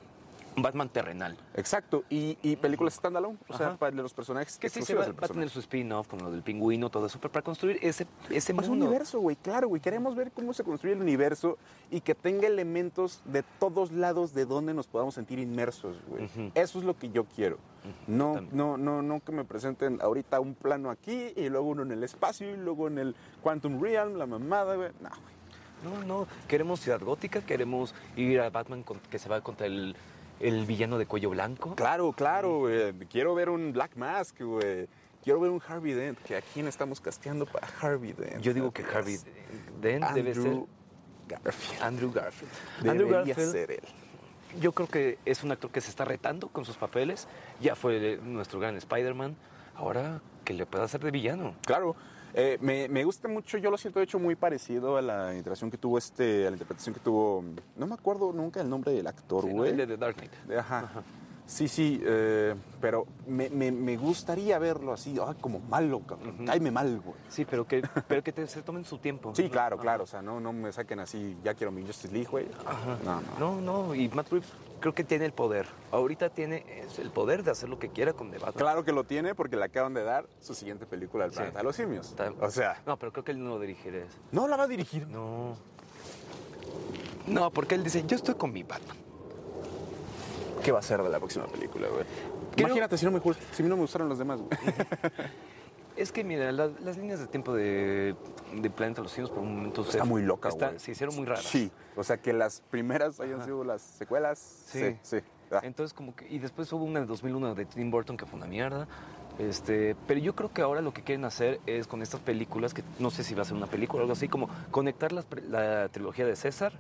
Speaker 2: Batman terrenal.
Speaker 1: Exacto. Y, y películas standalone. O sea,
Speaker 2: Ajá.
Speaker 1: para los personajes
Speaker 2: Que sí se va,
Speaker 1: exclusivas del
Speaker 2: va a tener
Speaker 1: personaje.
Speaker 2: su spin-off, como lo del pingüino, todo eso, pero para construir ese, ese
Speaker 1: Es un
Speaker 2: mundo.
Speaker 1: universo, güey. Claro, güey. Queremos ver cómo se construye el universo y que tenga elementos de todos lados de donde nos podamos sentir inmersos, güey.
Speaker 2: Ujú.
Speaker 1: Eso es lo que yo quiero. No,
Speaker 2: también.
Speaker 1: no, no, no que me presenten ahorita un plano aquí y luego uno en el espacio y luego en el Quantum Realm, la mamada, güey. No, güey.
Speaker 2: No, no, queremos Ciudad Gótica, queremos ir a Batman con- que se va contra el, el villano de cuello blanco.
Speaker 1: Claro, claro, güey. Quiero ver un Black Mask, güey. Quiero ver un Harvey Dent, que a quién estamos casteando para Harvey Dent.
Speaker 2: Yo digo que Harvey Dent
Speaker 1: Andrew
Speaker 2: debe ser
Speaker 1: Garfield.
Speaker 2: Andrew Garfield. Andrew
Speaker 1: Debería
Speaker 2: Garfield,
Speaker 1: ser él.
Speaker 2: yo creo que es un actor que se está retando con sus papeles. Ya fue nuestro gran Spider-Man. Ahora que le pueda hacer de villano.
Speaker 1: Claro. Eh, me, me gusta mucho, yo lo siento de hecho muy parecido a la interacción que tuvo este, a la interpretación que tuvo, no me acuerdo nunca el nombre del actor,
Speaker 2: Sí, ¿no?
Speaker 1: güey.
Speaker 2: El de The Dark Knight.
Speaker 1: Ajá. Sí, sí, eh, pero me, me- me gustaría verlo así, ah, como malo, cabrón.
Speaker 2: Ujú.
Speaker 1: Cáeme mal, güey.
Speaker 2: Sí, pero que, pero que te- se tomen su tiempo.
Speaker 1: Sí, claro,
Speaker 2: Ajá.
Speaker 1: claro, o sea, no, no me saquen así, ya quiero mi Justice League, güey.
Speaker 2: Ajá.
Speaker 1: No, no.
Speaker 2: No, no, y Matt Reeves creo que tiene el poder. Ahorita tiene es el poder de hacer lo que quiera con The Batman.
Speaker 1: Claro que lo tiene porque le acaban de dar su siguiente película al
Speaker 2: Sí.
Speaker 1: planeta de los simios.
Speaker 2: Está-
Speaker 1: O sea,
Speaker 2: No, pero creo que él no lo dirigirá.
Speaker 1: no la va a dirigir.
Speaker 2: No. No, porque él dice, yo estoy con mi Batman.
Speaker 1: ¿Qué va a ser de la próxima película, güey?
Speaker 2: Creo-
Speaker 1: Imagínate si no me, gu- si no me gustaron los demás, güey.
Speaker 2: Es que, mira, la- las líneas de tiempo de, de Planeta de los Simios por un momento se-
Speaker 1: Pues Está muy loca,
Speaker 2: está-
Speaker 1: güey.
Speaker 2: Se hicieron muy raras.
Speaker 1: Sí, o sea que las primeras hayan
Speaker 2: Ajá.
Speaker 1: sido las secuelas. Sí,
Speaker 2: Sí.
Speaker 1: sí. Ah,
Speaker 2: Entonces, como que, y después hubo una de 2001 de Tim Burton que fue una mierda. Este, pero yo creo que ahora lo que quieren hacer es con estas películas, que no sé si va a ser una película o algo así, como conectar las pre- la trilogía de César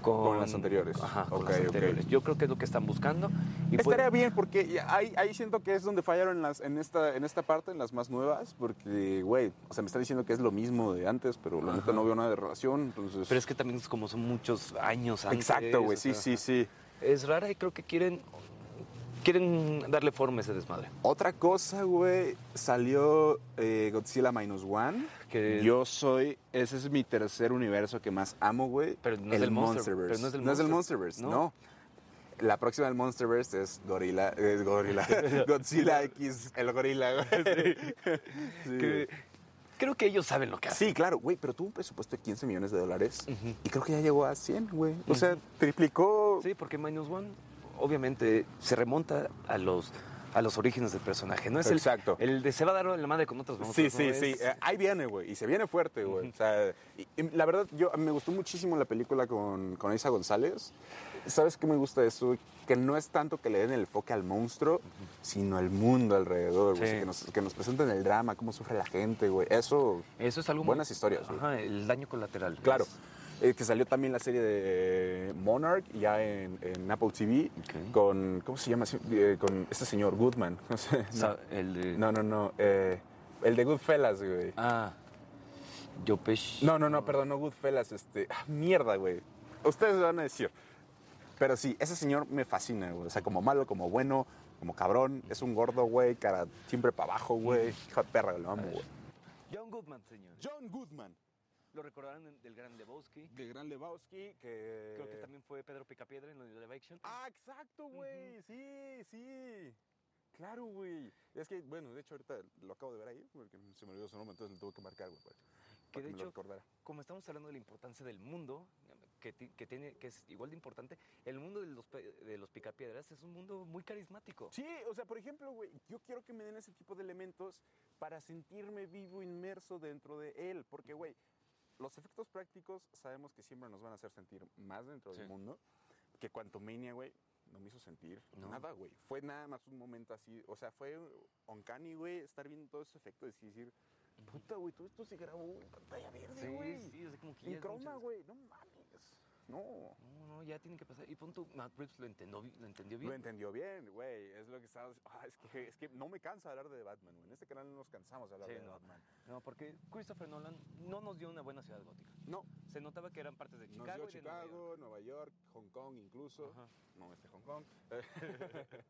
Speaker 1: Con, las anteriores.
Speaker 2: Ajá, con
Speaker 1: Ok,
Speaker 2: las
Speaker 1: ok.
Speaker 2: anteriores. Yo creo que es lo que están buscando. Y pues,
Speaker 1: Estaría
Speaker 2: puede-
Speaker 1: bien porque ya ahí, ahí siento que es donde fallaron en, las, en, esta, en esta parte, en las más nuevas, porque, güey, o sea, me están diciendo que es lo mismo de antes, pero la neta no veo nada de relación, entonces...
Speaker 2: Pero es que también es como son muchos años antes.
Speaker 1: Exacto, güey,
Speaker 2: o
Speaker 1: sí,
Speaker 2: sea,
Speaker 1: sí, sí.
Speaker 2: Es rara y creo que quieren, quieren darle forma a ese desmadre.
Speaker 1: Otra cosa, güey, salió eh, Godzilla Minus One.
Speaker 2: Que-
Speaker 1: Yo soy, ese es mi tercer universo que más amo, güey.
Speaker 2: Pero no es del Monster-
Speaker 1: Monsterverse.
Speaker 2: pero no es del Monster-
Speaker 1: Monsterverse,
Speaker 2: ¿no?
Speaker 1: ¿no? La próxima del Monsterverse es Gorila, es Gorila, Godzilla X, el gorila, güey. Sí, güey.
Speaker 2: que- creo que ellos saben lo que hacen.
Speaker 1: Sí, claro, güey, pero tuvo un presupuesto de 15 millones de dólares y creo que ya llegó a 100, güey. O sea, triplicó.
Speaker 2: Sí, porque Minus One obviamente se remonta a los a los orígenes del personaje. No es el-
Speaker 1: Exacto.
Speaker 2: El, de se va a dar la madre con otros
Speaker 1: Sí,
Speaker 2: monstruos,
Speaker 1: sí,
Speaker 2: ¿no?
Speaker 1: sí.
Speaker 2: Es-
Speaker 1: Eh, Ahí viene, güey. Y se viene fuerte, güey. O sea, y- y la verdad, yo me gustó muchísimo la película con, con Isa González. ¿Sabes qué me gusta de eso? Que no es tanto que le den el enfoque al monstruo, sino al mundo alrededor, güey. O sea,
Speaker 2: Sí.
Speaker 1: que, nos, que nos presenten el drama, cómo sufre la gente, güey. Eso.
Speaker 2: Eso es algo muy-
Speaker 1: Buenas historias, güey.
Speaker 2: Ajá, el daño colateral.
Speaker 1: Claro.
Speaker 2: Es-
Speaker 1: Eh, que salió también la serie de Monarch ya en, en Apple TV
Speaker 2: Ok.
Speaker 1: con, ¿cómo se llama? Eh, con este señor, Goodman. No sé.
Speaker 2: o sea, el de-
Speaker 1: No, no, no. eh, el de Goodfellas, güey.
Speaker 2: Ah. Yo pech.
Speaker 1: No, no, no, perdón, no Goodfellas, este. ah, mierda, güey. Ustedes me van a decir. Pero sí, ese señor me fascina, güey. O sea, como malo, como bueno, como cabrón. Es un gordo, güey, cara siempre para abajo, güey. Hija de perra, lo amo, güey.
Speaker 2: John Goodman, señor.
Speaker 1: John Goodman,
Speaker 2: Lo recordarán en- del Gran Lebowski.
Speaker 1: de Gran Lebowski, que.
Speaker 2: Creo que también fue Pedro Picapiedra en Live Action.
Speaker 1: Ah, exacto, güey. Sí, sí. Claro, güey. Es que, bueno, de hecho, ahorita lo acabo de ver ahí, porque se me olvidó su nombre, entonces le tuve que marcar, güey, para, para
Speaker 2: que
Speaker 1: que
Speaker 2: de
Speaker 1: me lo
Speaker 2: hecho,
Speaker 1: recordara.
Speaker 2: como estamos hablando de la importancia del mundo, que, ti- que tiene, que es igual de importante, el mundo de los, pe- de los picapiedras es un mundo muy carismático.
Speaker 1: Sí, o sea, por ejemplo, güey, yo quiero que me den ese tipo de elementos para sentirme vivo, inmerso dentro de él. Porque, güey, los efectos prácticos sabemos que siempre nos van a hacer sentir más dentro
Speaker 2: Sí.
Speaker 1: del mundo. Que Quantumania, güey, no me hizo sentir
Speaker 2: No.
Speaker 1: nada, güey. Fue nada más un momento así. O sea, fue uncanny, güey, estar viendo todo ese efecto y decir, puta, güey, todo esto se grabó en pantalla verde, güey.
Speaker 2: sí, es como que ya
Speaker 1: en
Speaker 2: es
Speaker 1: croma,
Speaker 2: muchas-
Speaker 1: güey, no mames. No.
Speaker 2: No, no, ya tiene que pasar. Y punto, Matt Reeves lo entendió, bi- lo entendió bien.
Speaker 1: Lo entendió bien, güey. Es lo que estaba. Ah, es, que, es que no me cansa hablar de Batman, güey. En este canal no nos cansamos de hablar
Speaker 2: Sí,
Speaker 1: de
Speaker 2: no.
Speaker 1: Batman.
Speaker 2: No, porque Christopher Nolan no nos dio una buena ciudad gótica.
Speaker 1: No,
Speaker 2: Se notaba que eran partes de
Speaker 1: nos
Speaker 2: Chicago.
Speaker 1: dio
Speaker 2: y de Nueva York.
Speaker 1: Chicago, Nueva York, Hong Kong incluso.
Speaker 2: Ajá.
Speaker 1: No, este Hong Kong.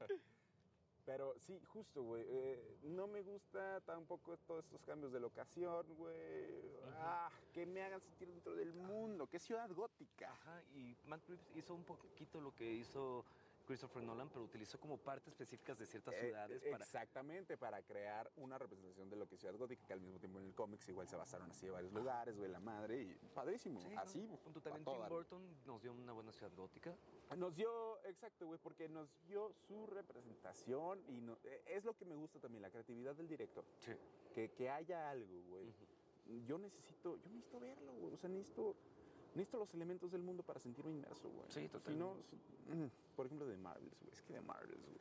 Speaker 1: Pero sí, justo, güey. eh, no me gusta tampoco todos estos cambios de locación, güey. Ah, que me hagan sentir dentro del mundo. ¡Qué ciudad gótica!
Speaker 2: Ajá, y Matt Reeves hizo un poquito lo que hizo Christopher Nolan, pero utilizó como partes específicas de ciertas
Speaker 1: Eh,
Speaker 2: ciudades para...
Speaker 1: Exactamente, para crear una representación de lo que es Ciudad Gótica, que al mismo tiempo en el cómics igual se basaron así de varios lugares, güey, la madre, y padrísimo,
Speaker 2: Sí, ¿no?
Speaker 1: así.
Speaker 2: Punto,
Speaker 1: a
Speaker 2: También
Speaker 1: todo
Speaker 2: Tim
Speaker 1: dar.
Speaker 2: Burton nos dio una buena ciudad gótica.
Speaker 1: Nos dio, exacto, güey, porque nos dio su representación y no- eh, es lo que me gusta también, la creatividad del director,
Speaker 2: Sí.
Speaker 1: que, que haya algo, güey.
Speaker 2: Mm.
Speaker 1: Yo necesito, yo necesito verlo, güey, o sea, necesito, necesito los elementos del mundo para sentirme inmerso, güey.
Speaker 2: Sí,
Speaker 1: Si no, si- mm, por ejemplo, de Marvels, güey, es que de Marvels, güey.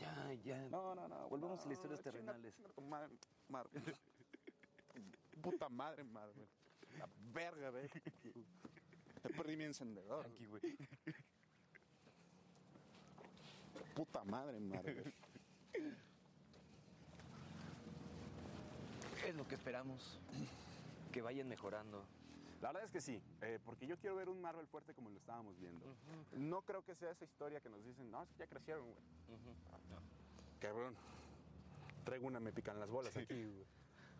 Speaker 2: Ya, ya.
Speaker 1: No, no, no.
Speaker 2: Volvamos a las
Speaker 1: no,
Speaker 2: historias
Speaker 1: Ah, chinga-
Speaker 2: terrenales.
Speaker 1: chinga tu madre, Marvel. Puta madre, Marvel. La verga, ve. Te perdí mi encendedor.
Speaker 2: Tranqui, güey.
Speaker 1: Puta madre, Marvel.
Speaker 2: Es lo que esperamos. Que vayan mejorando.
Speaker 1: La verdad es que sí, eh, porque yo quiero ver un Marvel fuerte como lo estábamos viendo. No creo que sea esa historia que nos dicen, no, es que ya crecieron, güey. Cabrón. Traigo una, me pican las bolas aquí, güey.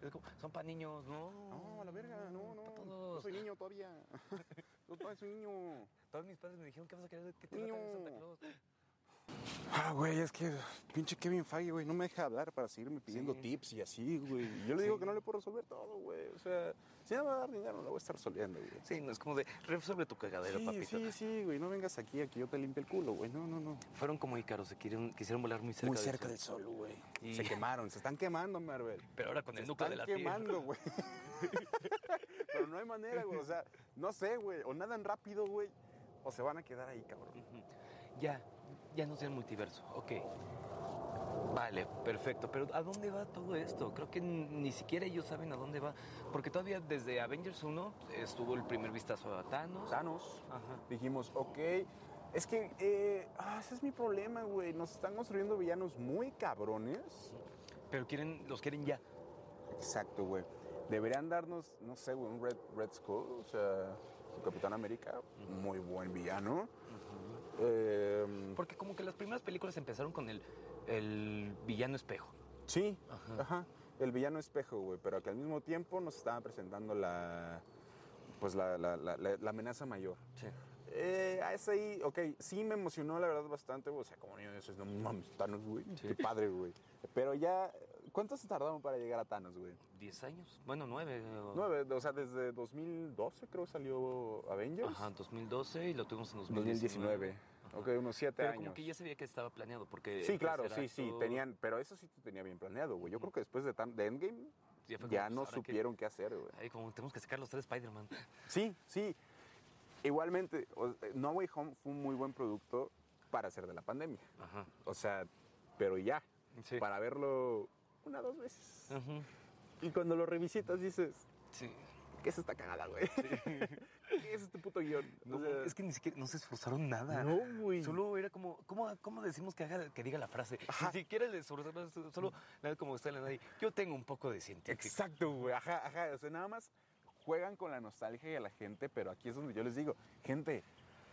Speaker 2: Es como, son para niños, no.
Speaker 1: No, la verga, no, no.
Speaker 2: Pa'
Speaker 1: Yo
Speaker 2: todos.
Speaker 1: soy niño todavía. Yo todavía soy niño.
Speaker 2: Todos mis padres me dijeron que vas a querer que te va a traer Santa
Speaker 1: Niño.
Speaker 2: Claus.
Speaker 1: Ah, güey, es que pinche Kevin Feige, güey, no me deja hablar para seguirme pidiendo
Speaker 2: Sí.
Speaker 1: tips y así, güey. Yo le digo que no le puedo resolver todo, güey. O sea, si no me va a dar dinero, no lo voy a estar resolviendo, güey.
Speaker 2: Sí, no, es como de, resuelve tu cagadero,
Speaker 1: Sí,
Speaker 2: papito.
Speaker 1: sí, sí, güey, no vengas aquí a que yo te limpie el culo, güey. No, no, no.
Speaker 2: Fueron como ícaros, se quisieron, quisieron volar muy cerca.
Speaker 1: Muy
Speaker 2: del
Speaker 1: cerca
Speaker 2: sol.
Speaker 1: del sol, güey.
Speaker 2: Y-
Speaker 1: Se quemaron, se están quemando, Marvel.
Speaker 2: Pero ahora con el núcleo de
Speaker 1: Están
Speaker 2: la Tierra.
Speaker 1: quemando, güey. Pero no hay manera, güey. O sea, no sé, güey. O nadan rápido, güey. O se van a quedar ahí, cabrón.
Speaker 2: Ya, ya no sea el multiverso. Ok. Vale, perfecto. Pero ¿a dónde va todo esto? Creo que ni siquiera ellos saben a dónde va. Porque todavía desde Avengers 1 estuvo el primer vistazo a Thanos.
Speaker 1: Thanos.
Speaker 2: Ajá.
Speaker 1: Dijimos, ok, es que eh, ah, ese es mi problema, güey. Nos están construyendo villanos muy cabrones.
Speaker 2: Pero quieren, los quieren ya.
Speaker 1: Exacto, güey. Deberían darnos, no sé, güey, un Red, Red Skull, o sea, su Capitán América, muy buen villano. Eh,
Speaker 2: Porque como que las primeras películas empezaron con el, el villano espejo.
Speaker 1: sí, ajá. El villano espejo, güey, pero que al mismo tiempo nos estaban presentando la, pues la, la- la- la- la amenaza mayor.
Speaker 2: Sí.
Speaker 1: Eh, a ese ahí, ok, sí me emocionó la verdad bastante, güey. O sea, como niño de esos, no mames, Thanos, güey. Qué padre, güey. Pero ya, ¿cuánto se tardaron para llegar a Thanos, güey?
Speaker 2: ¿Diez años? Bueno, nueve. eh, o-
Speaker 1: Nueve, o sea, desde 2012 creo salió Avengers.
Speaker 2: Ajá, 2012 y lo tuvimos en 2019.
Speaker 1: 2019. Ok, unos siete
Speaker 2: Pero
Speaker 1: años.
Speaker 2: como que ya sabía que estaba planeado porque...
Speaker 1: Este Sí,
Speaker 2: el
Speaker 1: claro, sí,
Speaker 2: tercer
Speaker 1: sí,
Speaker 2: acto
Speaker 1: tenían, pero eso sí te tenía bien planeado, güey. Yo creo que después de, tan- de Endgame
Speaker 2: Ya fue como,
Speaker 1: ya
Speaker 2: pues,
Speaker 1: no
Speaker 2: ¿ahora qué?
Speaker 1: supieron qué hacer, güey.
Speaker 2: Ay, como tenemos que sacar los tres Spider-Man.
Speaker 1: Sí, sí. Igualmente, o- eh, No Way Home fue un muy buen producto para hacer de la pandemia.
Speaker 2: Ajá.
Speaker 1: O sea, pero ya.
Speaker 2: Sí. Ah.
Speaker 1: Para verlo una dos veces.
Speaker 2: Ujú.
Speaker 1: Y cuando lo revisitas dices,
Speaker 2: Sí.
Speaker 1: ¿qué es esta cagada, güey? ¿Qué es este puto guión? O
Speaker 2: No,
Speaker 1: sea,
Speaker 2: es que ni siquiera no se esforzaron nada.
Speaker 1: No, güey.
Speaker 2: Solo era como, ¿cómo, cómo decimos que, haga, que diga la frase?
Speaker 1: Ajá.
Speaker 2: Ni siquiera le esforzaron, solo nada como está la nadie. Yo tengo un poco de científico.
Speaker 1: Exacto, güey. Ajá, ajá. O sea, nada más juegan con la nostalgia de la gente, pero aquí es donde yo les digo, gente,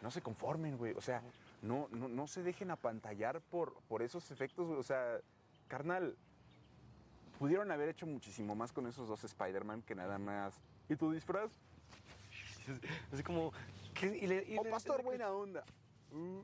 Speaker 1: no se conformen, güey. O sea, no, no, no se dejen apantallar por, por esos efectos, güey. O sea, carnal, pudieron haber hecho muchísimo más con esos dos Spider-Man que nada más. ¿Y tu disfraz?
Speaker 2: Así como, ¿qué? Y le- y
Speaker 1: ¡Oh,
Speaker 2: le-
Speaker 1: pastor, buena onda! Uh.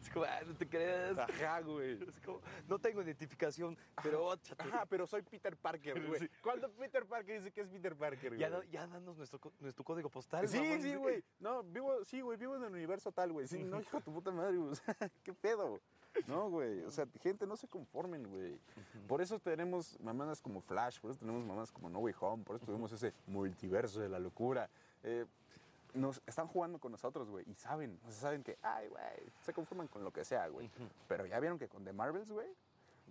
Speaker 2: Así como, ah, no te creas.
Speaker 1: Ajá, güey.
Speaker 2: Así como, no tengo identificación, pero óchate.
Speaker 1: Ajá, pero soy Peter Parker, güey.
Speaker 2: Sí.
Speaker 1: ¿Cuándo Peter Parker dice que es Peter Parker, güey?
Speaker 2: Ya, da- ya danos nuestro, co- nuestro código postal.
Speaker 1: Sí,
Speaker 2: mamón.
Speaker 1: sí, güey. No, vivo, sí, güey, vivo en el universo tal, güey. Sí, no, hijo de tu puta madre, güey. O sea, qué pedo. No, güey. O sea, gente, no se conformen, güey. Por eso tenemos mamadas como Flash, por eso tenemos mamadas como No Way Home, por eso tuvimos ese multiverso de la locura. Eh, nos están jugando con nosotros, güey, y saben, o sea, saben que, ay, güey, se conforman con lo que sea, güey. Pero ya vieron que con The Marvels, güey,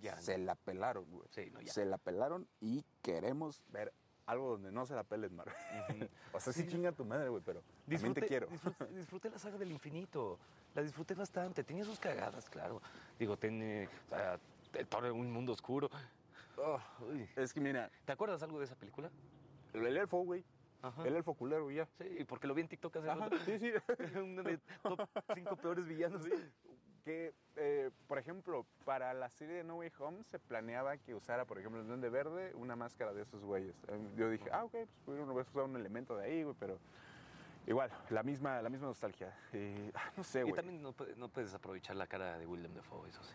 Speaker 2: Ya,
Speaker 1: se la pelaron, güey.
Speaker 2: Sí, no, ya.
Speaker 1: Se la pelaron y queremos ver algo donde no se la pelen, Marvel. o sea, sí, chinga tu madre, güey, pero también te quiero.
Speaker 2: disfruté- disfruté la saga del infinito. La disfruté bastante. Tenía sus cagadas, claro. Digo, tiene ah, el Toro en un mundo oscuro.
Speaker 1: Oh,
Speaker 2: Uy.
Speaker 1: es que mira,
Speaker 2: ¿Te acuerdas algo de esa película?
Speaker 1: el el elfo, güey.
Speaker 2: Ajá.
Speaker 1: El elfo culero, güey, ya.
Speaker 2: Sí, porque lo vi en TikTok hace
Speaker 1: Ajá,
Speaker 2: rato.
Speaker 1: sí, sí.
Speaker 2: Uno de top 5 peores villanos.
Speaker 1: Que, eh, por ejemplo, para la serie de No Way Home se planeaba que usara, por ejemplo, el Duende Verde, una máscara de esos güeyes. Eh, Yo dije, ah, ok, pues pudieron haber usado un elemento de ahí, güey, pero igual, la misma, la misma nostalgia. Eh, ah, no sé,
Speaker 2: Y
Speaker 1: güey.
Speaker 2: también no, puede- no puedes aprovechar la cara de Willem Dafoe, eso sí.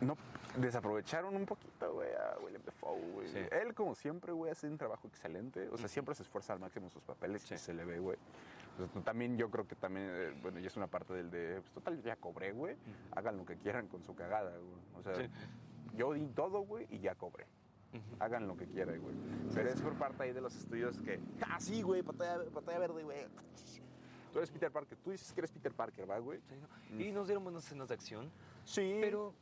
Speaker 1: No, desaprovecharon un poquito, güey, a William Dafoe, güey.
Speaker 2: Sí.
Speaker 1: Él, como siempre, güey, hace un trabajo excelente. O sea, siempre se esfuerza al máximo en sus papeles
Speaker 2: Sí.
Speaker 1: y se le ve, güey. O sea, tú también yo creo que también, eh, bueno, ya es una parte del de, pues, total, ya cobré, güey. Hagan lo que quieran con su cagada, güey. O sea,
Speaker 2: Sí.
Speaker 1: yo di todo, güey, y ya cobré. Hagan lo que quieran, güey. Pero es por parte ahí de los estudios que, ah, sí, güey, pantalla, pantalla verde, güey. Tú eres Peter Parker. Tú dices que eres Peter Parker, ¿va, güey?
Speaker 2: Sí, ¿no? Y nos dieron buenas escenas de acción.
Speaker 1: Sí.
Speaker 2: Pero,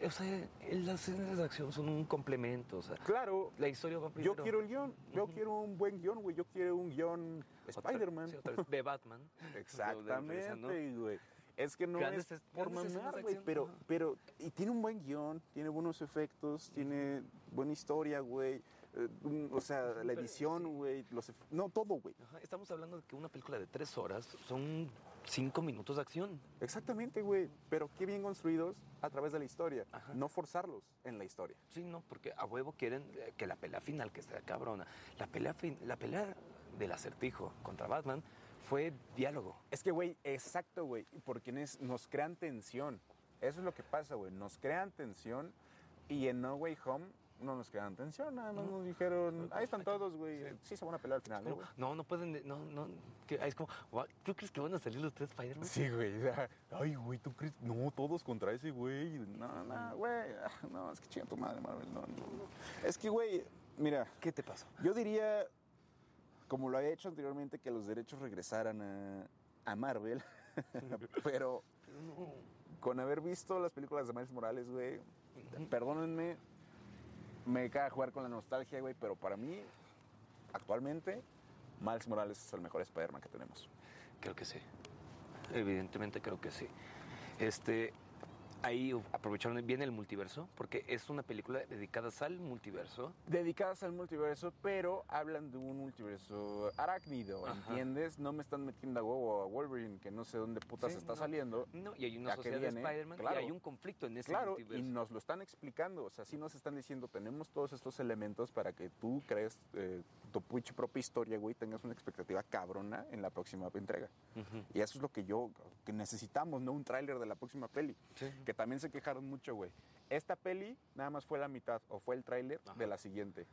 Speaker 2: eh, o sea, las escenas de acción son un complemento. O sea,
Speaker 1: Claro,
Speaker 2: la historia va
Speaker 1: Yo
Speaker 2: primero.
Speaker 1: quiero el guión, yo quiero un buen guión, güey, yo quiero un guión
Speaker 2: Otra-
Speaker 1: Spider-Man.
Speaker 2: sí, otra vez, de Batman. Lo de-
Speaker 1: Exactamente,
Speaker 2: ¿no?
Speaker 1: güey. Es que no
Speaker 2: Grandes
Speaker 1: es
Speaker 2: es-
Speaker 1: por
Speaker 2: grandes escenas
Speaker 1: mamar,
Speaker 2: de
Speaker 1: güey,
Speaker 2: acción,
Speaker 1: pero,
Speaker 2: ajá.
Speaker 1: pero, y tiene un buen guión, tiene buenos efectos, tiene buena historia, güey. eh, un- o sea, la edición, güey, los ef- no, todo, güey.
Speaker 2: Ajá, Estamos hablando de que una película de tres horas son cinco minutos de acción.
Speaker 1: Exactamente, güey. Pero qué bien construidos a través de la historia.
Speaker 2: Ajá.
Speaker 1: No forzarlos en la historia.
Speaker 2: Sí, no, porque a huevo quieren eh, que la pelea final, que está cabrona, la pelea, fin- la pelea del acertijo contra Batman fue diálogo.
Speaker 1: Es que, güey, exacto, güey, porque nes- nos crean tensión. Eso es lo que pasa, güey. Nos crean tensión y en No Way Home no nos crean tensión. Nada más nos dijeron, ahí están todos, güey. Sí, se van a pelear al final, ¿no, güey?
Speaker 2: No, no pueden, no, no, que- es como, "Gua- ¿tú crees que van a salir los tres Spider-Man?
Speaker 1: Sí, güey. o sea, Ay, güey, ¿tú crees? No, todos contra ese, güey. No, no, güey. ah, No, es que chinga tu madre, Marvel. No, no, no. Es que, güey, mira,
Speaker 2: ¿Qué te pasó?
Speaker 1: yo diría, como lo había hecho anteriormente, que los derechos regresaran a, a Marvel. pero
Speaker 2: No,
Speaker 1: con haber visto las películas de Miles Morales, güey, perdónenme, me cae jugar con la nostalgia, güey, pero para mí, actualmente, Miles Morales es el mejor Spider-Man que tenemos.
Speaker 2: Creo que sí. Evidentemente creo que sí. Este, ahí aprovecharon bien el multiverso, porque es una película dedicada al multiverso.
Speaker 1: Dedicadas al multiverso, pero hablan de un multiverso arácnido,
Speaker 2: Ajá.
Speaker 1: ¿entiendes? No me están metiendo a huevo a Wolverine, que no sé dónde putas
Speaker 2: Sí,
Speaker 1: está
Speaker 2: no.
Speaker 1: saliendo.
Speaker 2: No, y hay una
Speaker 1: ¿A qué
Speaker 2: sociedad de
Speaker 1: viene?
Speaker 2: Spider-Man
Speaker 1: Claro.
Speaker 2: y hay un conflicto en ese
Speaker 1: Claro, y
Speaker 2: multiverso.
Speaker 1: nos lo están explicando, o sea, sí nos están diciendo, tenemos todos estos elementos para que tú crees eh, tu puch- propia historia, güey, tengas una expectativa cabrona en la próxima entrega.
Speaker 2: Ujú.
Speaker 1: Y eso es lo que yo, que necesitamos, ¿no? Un tráiler de la próxima peli.
Speaker 2: Sí.
Speaker 1: Que también se quejaron mucho, güey. Esta peli nada más fue la mitad, o fue el tráiler
Speaker 2: Ajá.
Speaker 1: de la siguiente.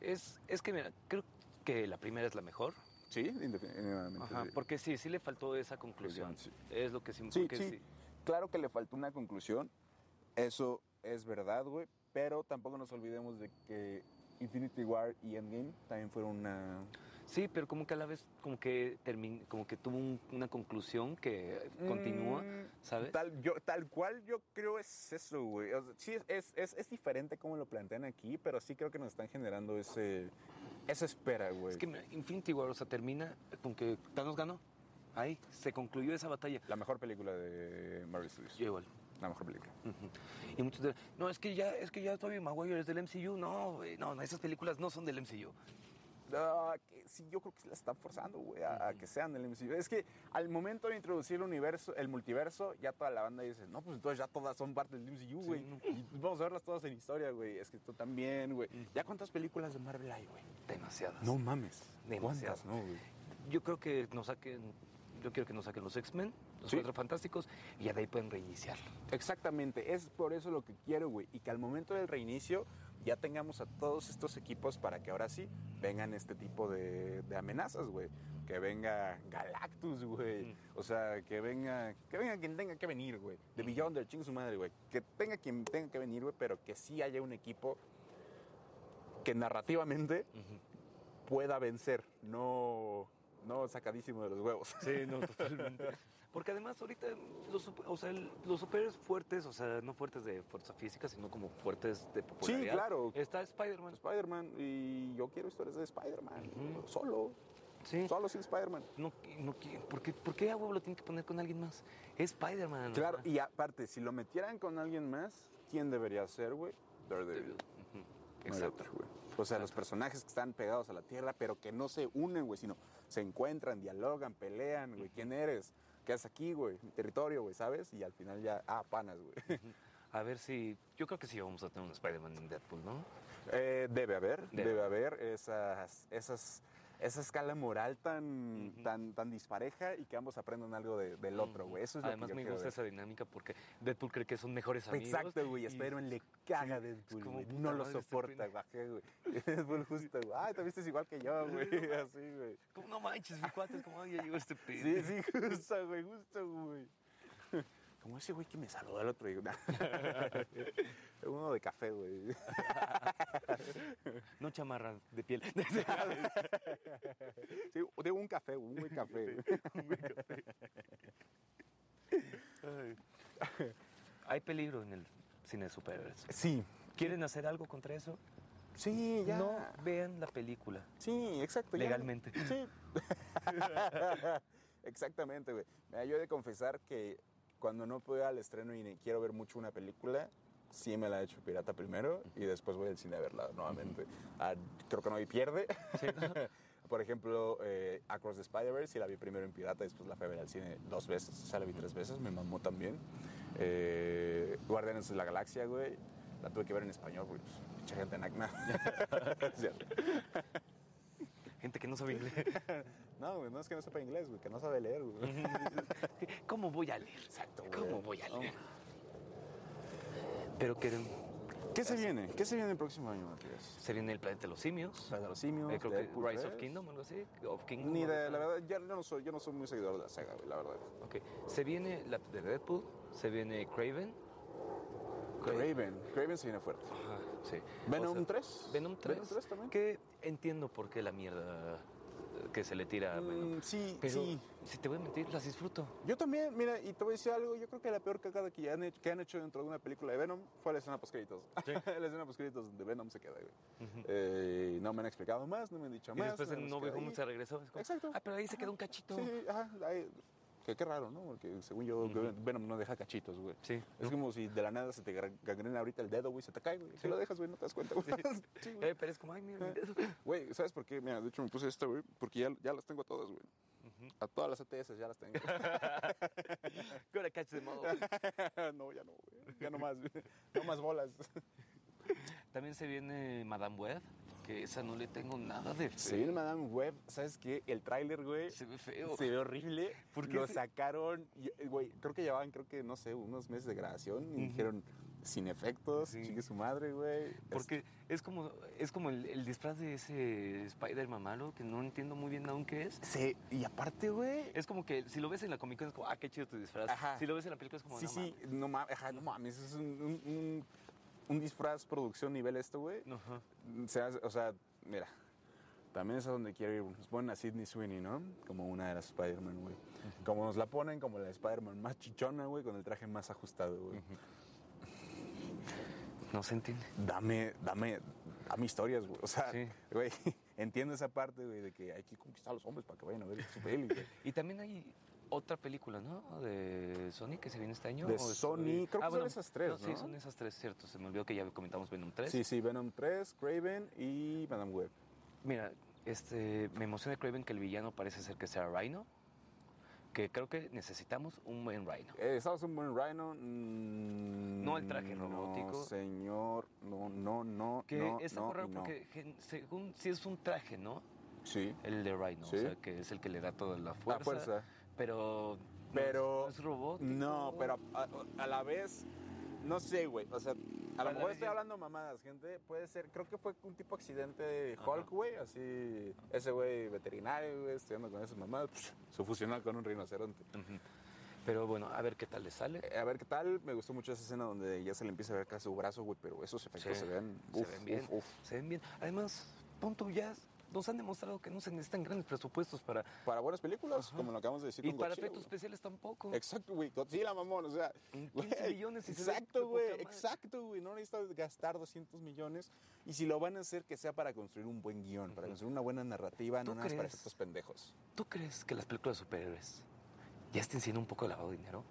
Speaker 2: Es, es que, mira, creo que la primera es la mejor.
Speaker 1: Sí, indefinidamente.
Speaker 2: Ajá, porque sí, sí le faltó esa conclusión.
Speaker 1: Conclusión,
Speaker 2: Es lo que sí,
Speaker 1: Sí,
Speaker 2: porque
Speaker 1: sí. Claro que le faltó una conclusión. Eso es verdad, güey. Pero tampoco nos olvidemos de que Infinity War y Endgame también fueron una.
Speaker 2: Sí, pero como que a la vez, como que termin- como que tuvo un- una conclusión que continúa,
Speaker 1: Mm,
Speaker 2: ¿sabes?
Speaker 1: Tal, yo, tal cual yo creo es eso, güey. O sea, sí, es, es, es- es diferente como lo plantean aquí, pero sí creo que nos están generando ese, esa espera, güey.
Speaker 2: Es que mira, Infinity War, o sea, termina con que Thanos ganó. Ahí se concluyó esa batalla.
Speaker 1: La mejor película de Marvel Studios.
Speaker 2: Yo igual.
Speaker 1: La mejor película.
Speaker 2: Ujú. Y muchos dirán, no, es que ya, es que ya Tobey Maguire es del MCU. No, güey, no, no, esas películas no son del MCU.
Speaker 1: Ah, que sí, yo creo que se la están forzando, güey, a, a que sean del MCU. Es que al momento de introducir el universo, el multiverso, ya toda la banda dice, no, pues entonces ya todas son parte del MCU, güey.
Speaker 2: no.
Speaker 1: Y vamos a verlas todas en historia, güey. Es que tú también, güey. ¿Ya cuántas películas de Marvel hay, güey?
Speaker 2: Demasiadas.
Speaker 1: No mames.
Speaker 2: Demasiadas.
Speaker 1: ¿Cuántas? No, güey.
Speaker 2: Yo creo que nos saquen, yo quiero que nos saquen los X-Men, los
Speaker 1: Sí.
Speaker 2: Cuatro Fantásticos, y ya de ahí pueden reiniciar.
Speaker 1: Exactamente, es por eso lo que quiero, güey. Y que al momento del reinicio ya tengamos a todos estos equipos para que ahora sí vengan este tipo de, de amenazas, güey. Que venga Galactus, güey. O sea, que venga, que venga quien tenga que venir, güey. De Beyonder, chingue su madre, güey. Que tenga quien tenga que venir, güey, pero que sí haya un equipo que narrativamente pueda vencer, no, no sacadísimo de los huevos.
Speaker 2: Sí, no, totalmente. Porque además ahorita los, sup- o sea, el- los superhéroes fuertes, o sea, no fuertes de fuerza física, sino como fuertes de popularidad.
Speaker 1: claro.
Speaker 2: Está Spider-Man.
Speaker 1: Spider-Man y yo quiero historias de Spider-Man,
Speaker 2: Ujú.
Speaker 1: solo,
Speaker 2: Sí.
Speaker 1: solo sin Spider-Man.
Speaker 2: No, no, qui- ¿por, qué, ¿Por qué a huevo lo tienen que poner con alguien más? Es Spider-Man.
Speaker 1: Claro,
Speaker 2: ajá.
Speaker 1: y aparte, si lo metieran con alguien más, ¿quién debería ser, güey? Daredevil.
Speaker 2: Ujú,
Speaker 1: No hay
Speaker 2: Exacto.
Speaker 1: otro, güey. O sea, los personajes que están pegados a la tierra, pero que no se unen, güey, sino se encuentran, dialogan, pelean, güey. ¿Quién eres? ¿Qué haces aquí, güey? Mi territorio, güey, ¿sabes? Y al final ya, ah, panas, güey.
Speaker 2: A ver si. Yo creo que sí vamos a tener un Spider-Man en Deadpool, ¿no?
Speaker 1: Eh, debe haber,
Speaker 2: Debe.
Speaker 1: debe, haber esas, esas, esa escala moral tan, tan, tan dispareja y que ambos aprendan algo de- del otro, güey. Eso es
Speaker 2: Además,
Speaker 1: lo que
Speaker 2: me
Speaker 1: yo quiero
Speaker 2: gusta
Speaker 1: ver.
Speaker 2: esa dinámica porque Deadpool cree que son mejores amigos.
Speaker 1: Exacto, güey.
Speaker 2: y-
Speaker 1: Spider-Man le caga de Deadpool,
Speaker 2: como,
Speaker 1: güey.
Speaker 2: puta
Speaker 1: No lo
Speaker 2: madre, este
Speaker 1: soporta, güey. güey. Deadpool justo, güey. Ay, te vistes igual que yo, güey. Así, güey.
Speaker 2: Como, no manches, mi cuate, es como, "Ay, ya llegó este
Speaker 1: Sí,
Speaker 2: pendejo.
Speaker 1: sí, justo, güey, justo, güey. Como ese güey que me saludó el otro día. Nah. Uno de café, güey.
Speaker 2: No chamarra de piel.
Speaker 1: Sí, de un café, un güey café. güey.
Speaker 2: Hay peligro en el cine de superhéroes.
Speaker 1: Sí,
Speaker 2: ¿Quieren hacer algo contra eso?
Speaker 1: sí, ya.
Speaker 2: No vean la película.
Speaker 1: Sí, exacto. ya.
Speaker 2: Legalmente.
Speaker 1: Sí. Exactamente, güey. Mira, yo he de confesar que cuando no puedo ir al estreno y ni quiero ver mucho una película, sí me la he hecho pirata primero y después voy al cine a verla nuevamente. Ah, creo que no hay pierde. Por ejemplo, eh, Across the Spider-Verse, sí la vi primero en pirata, después la fui a ver al cine dos veces, o sea, la vi tres veces, me mamó también. Eh, Guardianes de la Galaxia, güey, la tuve que ver en español, güey, pues, mucha gente en acna. Es cierto.
Speaker 2: Gente que no sabe inglés.
Speaker 1: No, güey, no es que no sepa inglés, güey, que no sabe leer, güey.
Speaker 2: ¿Cómo voy a leer?
Speaker 1: Exacto, güey.
Speaker 2: ¿Cómo voy a leer? Pero que
Speaker 1: ¿Qué se viene? ¿Qué se viene el próximo año, Matías?
Speaker 2: sería en el planeta de los simios.
Speaker 1: La de los simios,
Speaker 2: Eh, creo que
Speaker 1: Deadpool
Speaker 2: Rise of
Speaker 1: 3.
Speaker 2: Kingdom, algo así. Of Kingdom,
Speaker 1: Ni
Speaker 2: algo
Speaker 1: de,
Speaker 2: así.
Speaker 1: la verdad, ya no soy, yo no soy muy seguidor de la saga, güey, la verdad.
Speaker 2: Ok. Se viene la de Deadpool, se viene Craven.
Speaker 1: Craven, Craven se viene fuerte.
Speaker 2: Ajá, sí.
Speaker 1: Venom
Speaker 2: O sea,
Speaker 1: 3.
Speaker 2: Venom 3.
Speaker 1: Venom 3 también.
Speaker 2: Que entiendo por qué la mierda que se le tira a Venom.
Speaker 1: Mm, sí,
Speaker 2: Ah, Pero,
Speaker 1: sí.
Speaker 2: si te voy a mentir, las disfruto.
Speaker 1: Yo también, mira, y te voy a decir algo, yo creo que la peor cagada que han hecho, que han hecho dentro de una película de Venom fue la escena postcréditos. la escena postcréditos donde Venom se queda, güey. Eh, no me han explicado más, no me han dicho
Speaker 2: Y
Speaker 1: más.
Speaker 2: después
Speaker 1: nada
Speaker 2: en
Speaker 1: más
Speaker 2: No
Speaker 1: queda
Speaker 2: Way Home
Speaker 1: ahí.
Speaker 2: se regresó. es como,
Speaker 1: Exacto.
Speaker 2: Ah, pero ahí se quedó un cachito.
Speaker 1: Sí, sí, ajá. ahí- que qué raro, ¿no? Porque según yo, que Venom no deja cachitos, güey.
Speaker 2: Sí.
Speaker 1: Es como si de la nada se te gra- gangrena ahorita el dedo, güey, se te cae, güey. Si lo dejas, güey, no te das cuenta, güey. Sí, güey.
Speaker 2: Eh, pero es como, ay, mira, mira eso.
Speaker 1: Güey, Eh, ¿sabes por qué? Mira, de hecho me puse esta, güey, porque ya, ya las tengo a todas, güey. A todas las ATS ya las tengo.
Speaker 2: Ahora catch de modo.
Speaker 1: no, ya no, güey. Ya no más, güey. No más bolas.
Speaker 2: También se viene Madame Web, que esa no le tengo nada de fe.
Speaker 1: Se viene Madame Web, ¿sabes qué? El tráiler, güey.
Speaker 2: Se ve feo.
Speaker 1: Se ve horrible.
Speaker 2: ¿Por qué
Speaker 1: Lo
Speaker 2: se-
Speaker 1: sacaron, y, eh, güey, creo que llevaban, creo que, no sé, unos meses de grabación y dijeron, sin efectos,
Speaker 2: Sí.
Speaker 1: chique su madre, güey.
Speaker 2: Porque es como, es como el, el disfraz de ese Spider-Man malo, que no entiendo muy bien aún qué es.
Speaker 1: Se, y aparte, güey.
Speaker 2: Es como que si lo ves en la Comic Con es como, ah, qué chido tu disfraz.
Speaker 1: Ajá.
Speaker 2: Si lo ves en la película es como,
Speaker 1: Sí,
Speaker 2: no,
Speaker 1: sí, no mames, ajá, no mames, es un, un, un- un disfraz producción nivel esto, güey.
Speaker 2: mames. Ajá.
Speaker 1: Se hace- o sea, mira, también es a donde quiero ir. Nos ponen a Sidney Sweeney, ¿no? Como una de las Spider-Man, güey. Como nos la ponen, como la Spider-Man más chichona, güey, con el traje más ajustado, güey.
Speaker 2: No se entiende.
Speaker 1: Dame, dame, dame historias, güey. O sea,
Speaker 2: Sí.
Speaker 1: güey, entiendo esa parte, güey, de que hay que conquistar a los hombres para que vayan a ver su peli, güey.
Speaker 2: Y también hay otra película, ¿no? De Sony que se viene este año.
Speaker 1: De
Speaker 2: ¿o estoy-
Speaker 1: Sony, creo que son esas tres,
Speaker 2: Sí,
Speaker 1: ¿no?
Speaker 2: son esas tres, cierto. Se me olvidó que ya comentamos Venom 3.
Speaker 1: Sí, sí, Venom 3, Craven y Madame Web.
Speaker 2: Mira, este, me emociona Craven que el villano parece ser que sea Rhino. Que creo que necesitamos un buen Rhino.
Speaker 1: Eh, ¿Estabas un buen Rhino? Mm,
Speaker 2: No el traje
Speaker 1: No,
Speaker 2: robótico.
Speaker 1: señor. No, no, no.
Speaker 2: Que
Speaker 1: no,
Speaker 2: es
Speaker 1: no,
Speaker 2: algo
Speaker 1: y
Speaker 2: raro
Speaker 1: no.
Speaker 2: porque gen- según sí es un traje, ¿no?
Speaker 1: Sí.
Speaker 2: El de Rhino,
Speaker 1: Sí.
Speaker 2: o sea, que es el que le da toda la fuerza.
Speaker 1: fuerza.
Speaker 2: Pero. no
Speaker 1: Pero.
Speaker 2: es- no es robótico.
Speaker 1: No, pero a, a la vez. No sé, güey. O sea, a,
Speaker 2: la
Speaker 1: lo mejor
Speaker 2: vez
Speaker 1: estoy
Speaker 2: ya-
Speaker 1: hablando mamadas, gente. Puede ser. Creo que fue un tipo accidente de
Speaker 2: Ajá.
Speaker 1: Hulk, güey. Así. Ese güey veterinario, güey, estudiando con esas mamadas. psh, se fusionó con un rinoceronte.
Speaker 2: Ujú. Pero bueno, a ver qué tal le sale.
Speaker 1: Eh, A ver qué tal, me gustó mucho esa escena donde ya se le empieza a ver acá su brazo, güey, pero esos efectos
Speaker 2: Sí,
Speaker 1: se ven,
Speaker 2: se
Speaker 1: uf,
Speaker 2: ven bien.
Speaker 1: uf, uf.
Speaker 2: Se ven bien. Además, punto ya nos han demostrado que no se necesitan grandes presupuestos para.
Speaker 1: Para buenas películas, como lo acabamos de decir
Speaker 2: y
Speaker 1: con
Speaker 2: para
Speaker 1: Godzilla,
Speaker 2: efectos
Speaker 1: güey.
Speaker 2: especiales tampoco.
Speaker 1: Exacto, güey. Godzilla, mamón. O sea,
Speaker 2: En
Speaker 1: güey,
Speaker 2: 15 millones y se ve de
Speaker 1: Exacto, güey.
Speaker 2: poca madre.
Speaker 1: Exacto, güey. No necesitas gastar 200 millones. Y si lo van a hacer, que sea para construir un buen guión, para construir una buena narrativa,
Speaker 2: ¿Tú
Speaker 1: no nada más para
Speaker 2: crees?
Speaker 1: efectos pendejos.
Speaker 2: ¿Tú crees que las películas de superhéroes ya estén siendo un poco de lavado de dinero?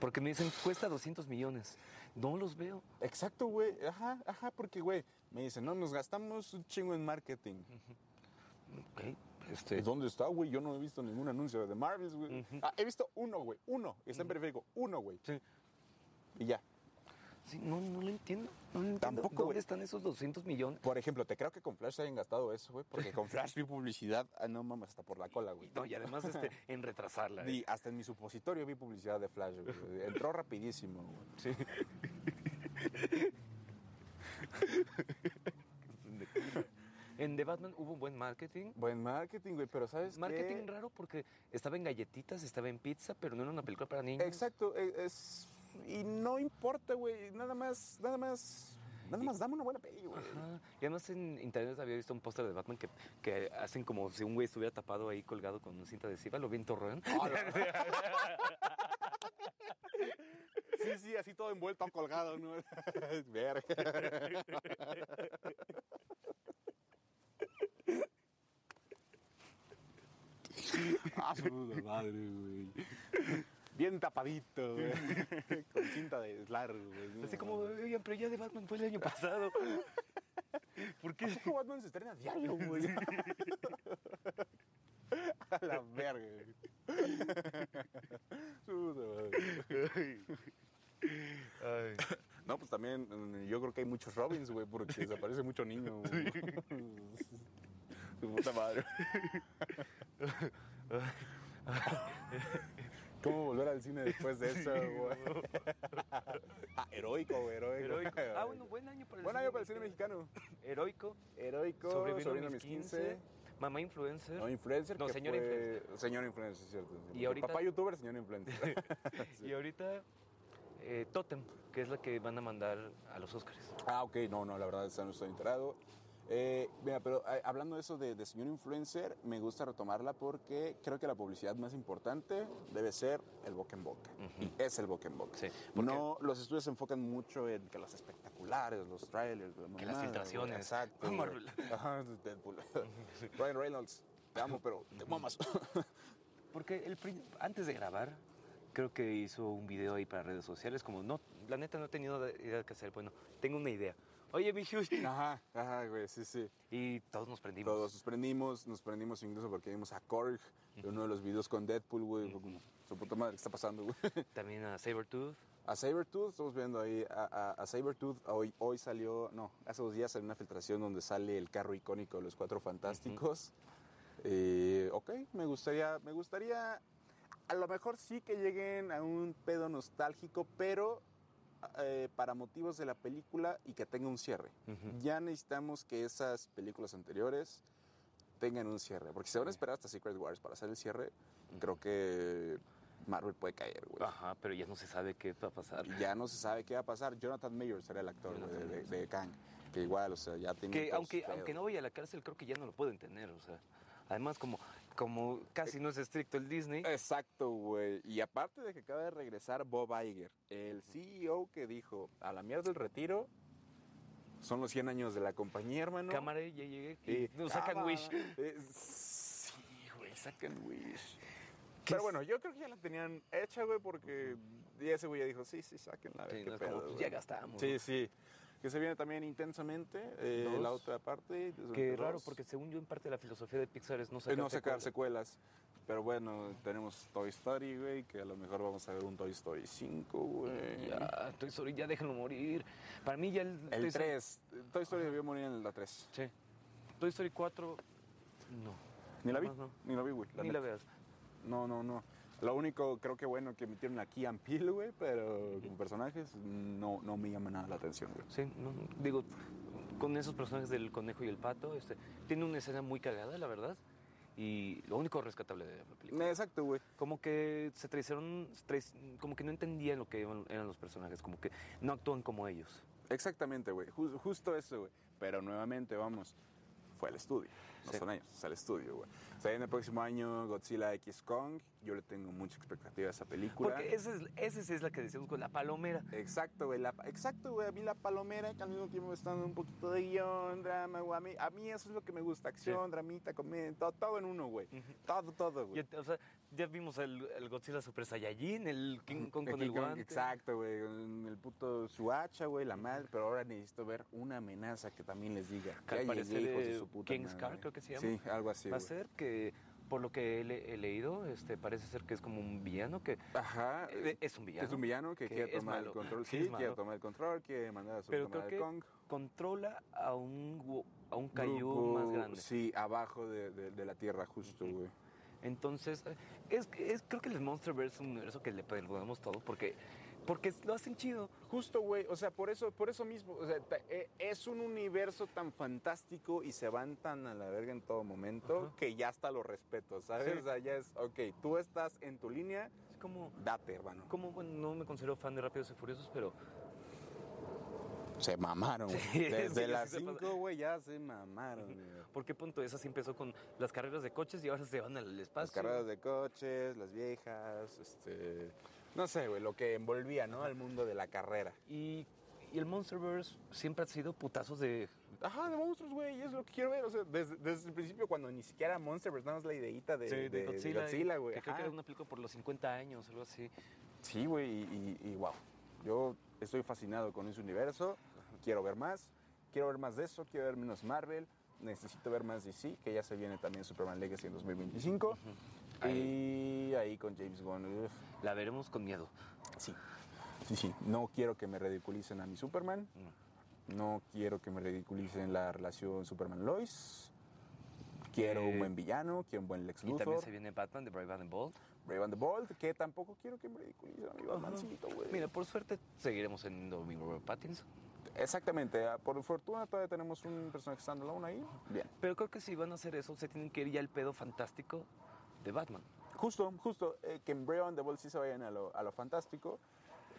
Speaker 2: Porque me dicen, cuesta 200 millones. No los veo.
Speaker 1: Exacto, güey. Ajá, ajá, porque, güey, me dicen, no, nos gastamos un chingo en marketing.
Speaker 2: Ok, este,
Speaker 1: ¿Dónde está, güey? Yo no he visto ningún anuncio de Marvels, güey. Ah, he visto uno, güey. Uno. Está en periférico. Uno, güey.
Speaker 2: sí,
Speaker 1: Y ya.
Speaker 2: sí, no, no lo entiendo. No lo entiendo.
Speaker 1: Tampoco,
Speaker 2: ¿Dónde
Speaker 1: güey.
Speaker 2: están esos 200 millones?
Speaker 1: Por ejemplo, te creo que con Flash se hayan gastado eso, güey, porque con Flash vi publicidad, ah, no mames, hasta por la cola, güey.
Speaker 2: No, y además este, en retrasarla.
Speaker 1: Y
Speaker 2: eh.
Speaker 1: hasta en mi supositorio vi publicidad de Flash, güey. Entró rapidísimo, güey.
Speaker 2: En The Batman hubo un buen marketing.
Speaker 1: Buen marketing, güey, pero ¿sabes
Speaker 2: Marketing
Speaker 1: qué?
Speaker 2: raro porque estaba en galletitas, estaba en pizza, pero no era una película para niños.
Speaker 1: Exacto, e- es... Y no importa, güey, nada más, nada más... Nada más, dame una buena peli, güey.
Speaker 2: Ajá. Y además en internet había visto un póster de Batman que, que hacen como si un güey estuviera tapado ahí colgado con una cinta adhesiva, lo vi en Torreón.
Speaker 1: Ah, Sí, sí, así todo envuelto, colgado, ¿no? Verga. Ah, su puta madre, güey. Bien tapadito, güey. Con cinta de largo, güey.
Speaker 2: Así como, oigan, pero ya de Batman fue el año pasado. ¿Por qué?
Speaker 1: ¿Cómo Batman se estrena a diario, güey? A la verga, güey. Su puta madre. No, pues también mm, yo creo que hay muchos Robins, güey, porque desaparece mucho niño. güey. Su puta madre. ¿Cómo volver al cine después de eso, güey? Ah, heroico, güey, heroico.
Speaker 2: Heroico. Ah, bueno, buen año para el
Speaker 1: Buen
Speaker 2: cine
Speaker 1: año para el cine mexicano.
Speaker 2: Heroico.
Speaker 1: Heroico,
Speaker 2: Sobrevino,
Speaker 1: Sobrino
Speaker 2: a mis 15. Mamá influencer.
Speaker 1: No, influencer.
Speaker 2: No,
Speaker 1: que
Speaker 2: señor
Speaker 1: fue-
Speaker 2: influencer.
Speaker 1: Señor influencer, es cierto. es cierto.
Speaker 2: Y ahorita-
Speaker 1: Papá youtuber, señor influencer.
Speaker 2: Y ahorita, eh, Totem, que es la que van a mandar a los Óscares.
Speaker 1: ah, ok, no, no, la verdad, esa no estoy enterado. Eh, mira, pero eh, hablando de eso de, de señor influencer, me gusta retomarla porque creo que la publicidad más importante debe ser el boca en boca. Y es el boca en boca.
Speaker 2: Sí, porque-
Speaker 1: no, los estudios se enfocan mucho en que los espectaculares, los trailers, la
Speaker 2: Que las
Speaker 1: mamada, güey.
Speaker 2: filtraciones.
Speaker 1: Exacto. güey.
Speaker 2: Marvel.
Speaker 1: Ajá, Deadpool. Ryan Reynolds, te amo, pero te mamas.
Speaker 2: Porque el, pri- antes de grabar, creo que hizo un video ahí para redes sociales, como, no, la neta no he tenido nada- idea que hacer, bueno, tengo una idea. Oye, mi Hugh.
Speaker 1: ajá, ajá, güey, sí, sí.
Speaker 2: Y todos nos prendimos.
Speaker 1: Todos nos prendimos, nos prendimos incluso porque vimos a Korg en uno de los videos con Deadpool, güey. fue como, Su puta madre, ¿qué está pasando, güey?
Speaker 2: También a Sabertooth.
Speaker 1: A Sabertooth, estamos viendo ahí, a, a- a Sabertooth hoy, hoy salió, no, hace dos días salió una filtración donde sale el carro icónico de los Cuatro Fantásticos. Eh, ok, me gustaría, me gustaría, a lo mejor sí que lleguen a un pedo nostálgico, pero eh, para motivos de la película y que tenga un cierre.
Speaker 2: Ujú.
Speaker 1: Ya necesitamos que esas películas anteriores tengan un cierre, porque si se van a esperar hasta Secret Wars para hacer el cierre, creo que Marvel puede caer, güey.
Speaker 2: Ajá, pero ya no se sabe qué va a pasar.
Speaker 1: Y ya no se sabe qué va a pasar. Jonathan Mayer será el actor güey, de, de- de Kang. Que igual, o sea, ya tiene.
Speaker 2: Que
Speaker 1: todos
Speaker 2: aunque,
Speaker 1: sus
Speaker 2: aunque
Speaker 1: pedos.
Speaker 2: no vaya a la cárcel, creo que ya no lo pueden tener, o sea. Además, como, como casi no es estricto el
Speaker 1: Eh,
Speaker 2: Disney,
Speaker 1: Exacto, güey. Y aparte de que acaba de regresar Bob Iger, el CEO que dijo: A la mierda el retiro. Son los 100 años de la compañía, hermano.
Speaker 2: cámara, ya llegué,
Speaker 1: Y-
Speaker 2: y nos sacan
Speaker 1: cámara.
Speaker 2: Wish.
Speaker 1: Eh, sí, güey, sacan Wish. Pero bueno, yo creo que ya la tenían hecha, güey, porque ese güey ya dijo, sí, sí, sáquenla. a ver
Speaker 2: Sí,
Speaker 1: qué
Speaker 2: no es como,
Speaker 1: pedo,
Speaker 2: pues,
Speaker 1: güey".
Speaker 2: ya gastamos,
Speaker 1: Sí,
Speaker 2: ¿no?
Speaker 1: sí. Que se viene también intensamente eh,
Speaker 2: Dos.
Speaker 1: la otra parte.
Speaker 2: Qué
Speaker 1: Dos.
Speaker 2: raro, porque según yo, en parte de la filosofía de Pixar es no
Speaker 1: Eh,
Speaker 2: sacar
Speaker 1: no sacar
Speaker 2: secuelas.
Speaker 1: secuelas. Pero bueno, tenemos Toy Story, güey, que a lo mejor vamos a ver un Toy Story 5, güey.
Speaker 2: Ya, estoy sorry, ya déjenlo morir. Para mí ya el... Toy
Speaker 1: eh. El
Speaker 2: Story-
Speaker 1: 3. Toy Story debió morir en la 3.
Speaker 2: Sí. Toy Story 4, no.
Speaker 1: Ni la vi,
Speaker 2: Nada más
Speaker 1: ni la vi, güey.
Speaker 2: no. Ni
Speaker 1: neta.
Speaker 2: la veas.
Speaker 1: No, no, no. Lo único, creo que bueno, que metieron a Key and Peele, güey, pero como personajes no, no me llama nada la atención, güey.
Speaker 2: Sí, no, digo, con esos personajes del conejo y el pato, este, tiene una escena muy cagada, la verdad. Y lo único rescatable de la película.
Speaker 1: Exacto, güey.
Speaker 2: Como que se traicionaron, se trai- como que no entendían lo que iban- eran los personajes, como que no actúan como ellos.
Speaker 1: Exactamente, güey. Ju- justo eso, güey. Pero nuevamente, vamos, fue al estudio. No
Speaker 2: Sí.
Speaker 1: son ellos, es al estudio, güey. O sea, en el próximo año Godzilla X Kong. Yo le tengo mucha expectativa a esa película.
Speaker 2: Porque esa es, esa sí es la que decimos con la palomera.
Speaker 1: Exacto, güey. la pa- exacto, güey. A mí la palomera, que al mismo tiempo está dando un poquito de guión, drama, güey. A mí, a mí eso es lo que me gusta. Acción, dramita, comedia, todo, todo en uno, güey. Todo, todo, güey.
Speaker 2: Ya, o sea, ya vimos al, al Godzilla Super Saiyajin, el King Kong
Speaker 1: Aquí
Speaker 2: con el guante.
Speaker 1: Exacto, güey. con El puto su hacha, güey, la madre. Pero ahora necesito ver una amenaza que también les diga.
Speaker 2: Que
Speaker 1: Ya
Speaker 2: al parecer,
Speaker 1: llegué, hijos
Speaker 2: eh,
Speaker 1: de su puta
Speaker 2: King Scar,
Speaker 1: madre.
Speaker 2: creo que se
Speaker 1: Sí,
Speaker 2: llama.
Speaker 1: algo así,
Speaker 2: Va a
Speaker 1: güey.
Speaker 2: ser que, por lo que he, le- he leído, este, parece ser que es como un villano que...
Speaker 1: Ajá.
Speaker 2: eh, es un villano.
Speaker 1: Ah, Es un villano que,
Speaker 2: que
Speaker 1: quiere
Speaker 2: es
Speaker 1: tomar el
Speaker 2: malo,
Speaker 1: control.
Speaker 2: que
Speaker 1: Sí,
Speaker 2: es
Speaker 1: quiere
Speaker 2: malo.
Speaker 1: tomar el control, quiere mandar a su
Speaker 2: Pero
Speaker 1: puta
Speaker 2: creo
Speaker 1: madre
Speaker 2: que
Speaker 1: Kong.
Speaker 2: controla a un, gu- a un cayú
Speaker 1: Grupo,
Speaker 2: más grande.
Speaker 1: Sí, abajo de, de- de la tierra, justo, güey.
Speaker 2: Entonces, eh, es, es- creo que el Monsterverse es un universo que le perdonamos todo porque, porque es- lo hacen chido.
Speaker 1: Justo, güey, o sea, por eso, por eso mismo, o sea, ta- e- es un universo tan fantástico y se van tan a la verga en todo momento
Speaker 2: Ajá.
Speaker 1: que ya hasta lo respeto, ¿sabes?
Speaker 2: Sí.
Speaker 1: O sea, ya es, ok, tú estás en tu línea,
Speaker 2: Es como,
Speaker 1: date, hermano.
Speaker 2: como bueno, no me considero fan de Rápidos y Furiosos, pero
Speaker 1: Se mamaron, güey.
Speaker 2: Sí, sí,
Speaker 1: Desde
Speaker 2: sí
Speaker 1: las
Speaker 2: se pasa. Ah,
Speaker 1: 5, güey, ya se mamaron, güey.
Speaker 2: ¿por qué punto? Esa sí empezó con las carreras de coches y ahora se van al espacio.
Speaker 1: Las carreras de coches, las viejas, este... No sé, güey, lo que envolvía, ¿no? Al mundo de la carrera.
Speaker 2: Y, y el Monsterverse siempre ha sido putazos de...
Speaker 1: Ajá, de monstruos, güey, es lo que quiero ver. O sea, desde, desde el principio, cuando ni siquiera Monsterverse, nada más la ideita de, de, de Godzilla, güey.
Speaker 2: Que creo que
Speaker 1: ajá.
Speaker 2: era una película por los 50 años, algo así.
Speaker 1: Sí, güey, y, y, wow. Yo estoy fascinado con ese universo. Quiero ver más. Quiero ver más de eso. Quiero ver menos Marvel. Necesito ver más DC, que ya se viene también Superman Legacy en 2025. Y ahí con James Gunn. uf.
Speaker 2: La veremos con miedo.
Speaker 1: Sí. Sí, sí. No quiero que me ridiculicen a mi Superman. No quiero que me ridiculicen la relación Superman-Lois. Quiero
Speaker 2: Eh,
Speaker 1: un buen villano, quiero un buen Lex
Speaker 2: Y también
Speaker 1: Luthor.
Speaker 2: se viene Batman de Brave and the Bold.
Speaker 1: Brave and the Bold, que tampoco quiero que me ridiculicen a mi Batmancito, güey.
Speaker 2: Mira, por suerte seguiremos en Domingo Pattinson.
Speaker 1: Exactamente, ah, por fortuna todavía tenemos un personaje standalone ahí. Bien.
Speaker 2: Pero creo que si van a hacer eso, se tienen que ir ya al pedo fantástico de Batman.
Speaker 1: Justo, justo, eh, que en Brave and the Bold sí se vayan a lo, a lo fantástico,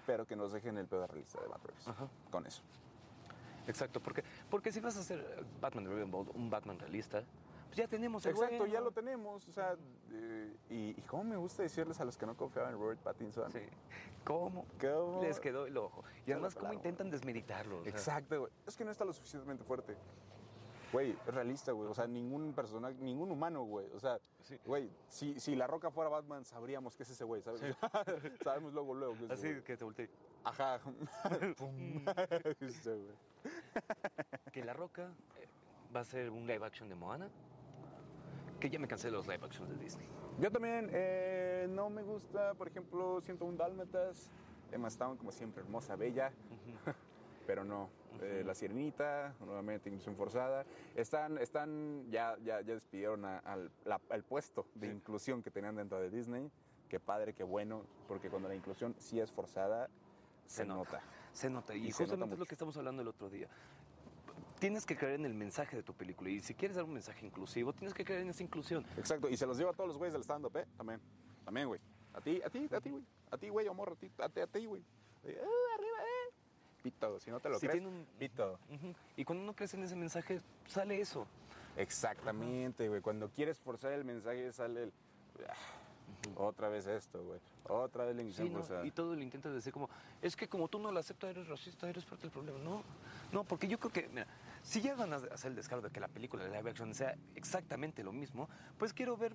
Speaker 1: pero que nos dejen el pedo realista de Batman. Con eso.
Speaker 2: Exacto, porque, porque si vas a hacer Batman de Raven Bold, un Batman realista, pues ya tenemos el
Speaker 1: Exacto,
Speaker 2: bueno.
Speaker 1: ya lo tenemos. O sea, eh, y, y cómo me gusta decirles a los que no confiaban en Robert Pattinson.
Speaker 2: Sí. ¿Cómo?
Speaker 1: ¿Cómo?
Speaker 2: Les quedó el ojo. Y
Speaker 1: Se
Speaker 2: además,
Speaker 1: lo
Speaker 2: ¿cómo
Speaker 1: clavaron.
Speaker 2: intentan desmeditarlo? O sea,
Speaker 1: Exacto, güey. Es que no está lo suficientemente fuerte. Güey, es realista, güey. O sea, ningún personaje, ningún humano, güey. O sea,
Speaker 2: Sí.
Speaker 1: güey, si, si La Roca fuera Batman, sabríamos que es ese güey, ¿sabes? Sabemos luego, luego. Que es ese
Speaker 2: Así
Speaker 1: güey.
Speaker 2: que te volteé.
Speaker 1: Ajá. Mm. Pum. Sí, güey.
Speaker 2: Que La Roca eh, va a ser un live action de Moana. Que ya me cansé de los live actions de Disney.
Speaker 1: Yo también eh, no me gusta, por ejemplo, 101 Dálmatas. Emma Stone, como siempre, hermosa, bella. Pero no. Eh, la Sirenita, nuevamente inclusión forzada. Están, están ya, ya, ya despidieron a- al, la- al puesto de inclusión que tenían dentro de Disney. Qué padre, qué bueno, porque cuando la inclusión sí es forzada, se,
Speaker 2: Se nota.
Speaker 1: nota.
Speaker 2: Se nota. Y,
Speaker 1: Y se nota
Speaker 2: justamente es lo
Speaker 1: mucho.
Speaker 2: que estamos hablando el otro día. Tienes que creer en el mensaje de tu película. Y si quieres dar un mensaje inclusivo, tienes que creer en esa inclusión.
Speaker 1: Exacto, y se los digo a todos los güeyes del stand-up, ¿eh? También, también, güey. A ti, a ti, a ti, güey. A ti, güey, amor, a ti, a ti, a ti, güey. Eh, arriba, eh. Pito, si no te lo
Speaker 2: Si
Speaker 1: crees,
Speaker 2: tiene un-
Speaker 1: pito.
Speaker 2: Ujú. Y cuando no crees en ese mensaje, sale eso.
Speaker 1: Exactamente, güey. Cuando quieres forzar el mensaje sale el... ah, Otra vez esto, güey. Otra vez la
Speaker 2: Sí,
Speaker 1: inclusión
Speaker 2: ¿no?
Speaker 1: forzada.
Speaker 2: Y todo lo intento decir como, es que como tú no lo aceptas, eres racista, eres parte del problema. No, no, porque yo creo que, mira, si ya van a hacer el descaro de que la película de live action sea exactamente lo mismo, pues quiero ver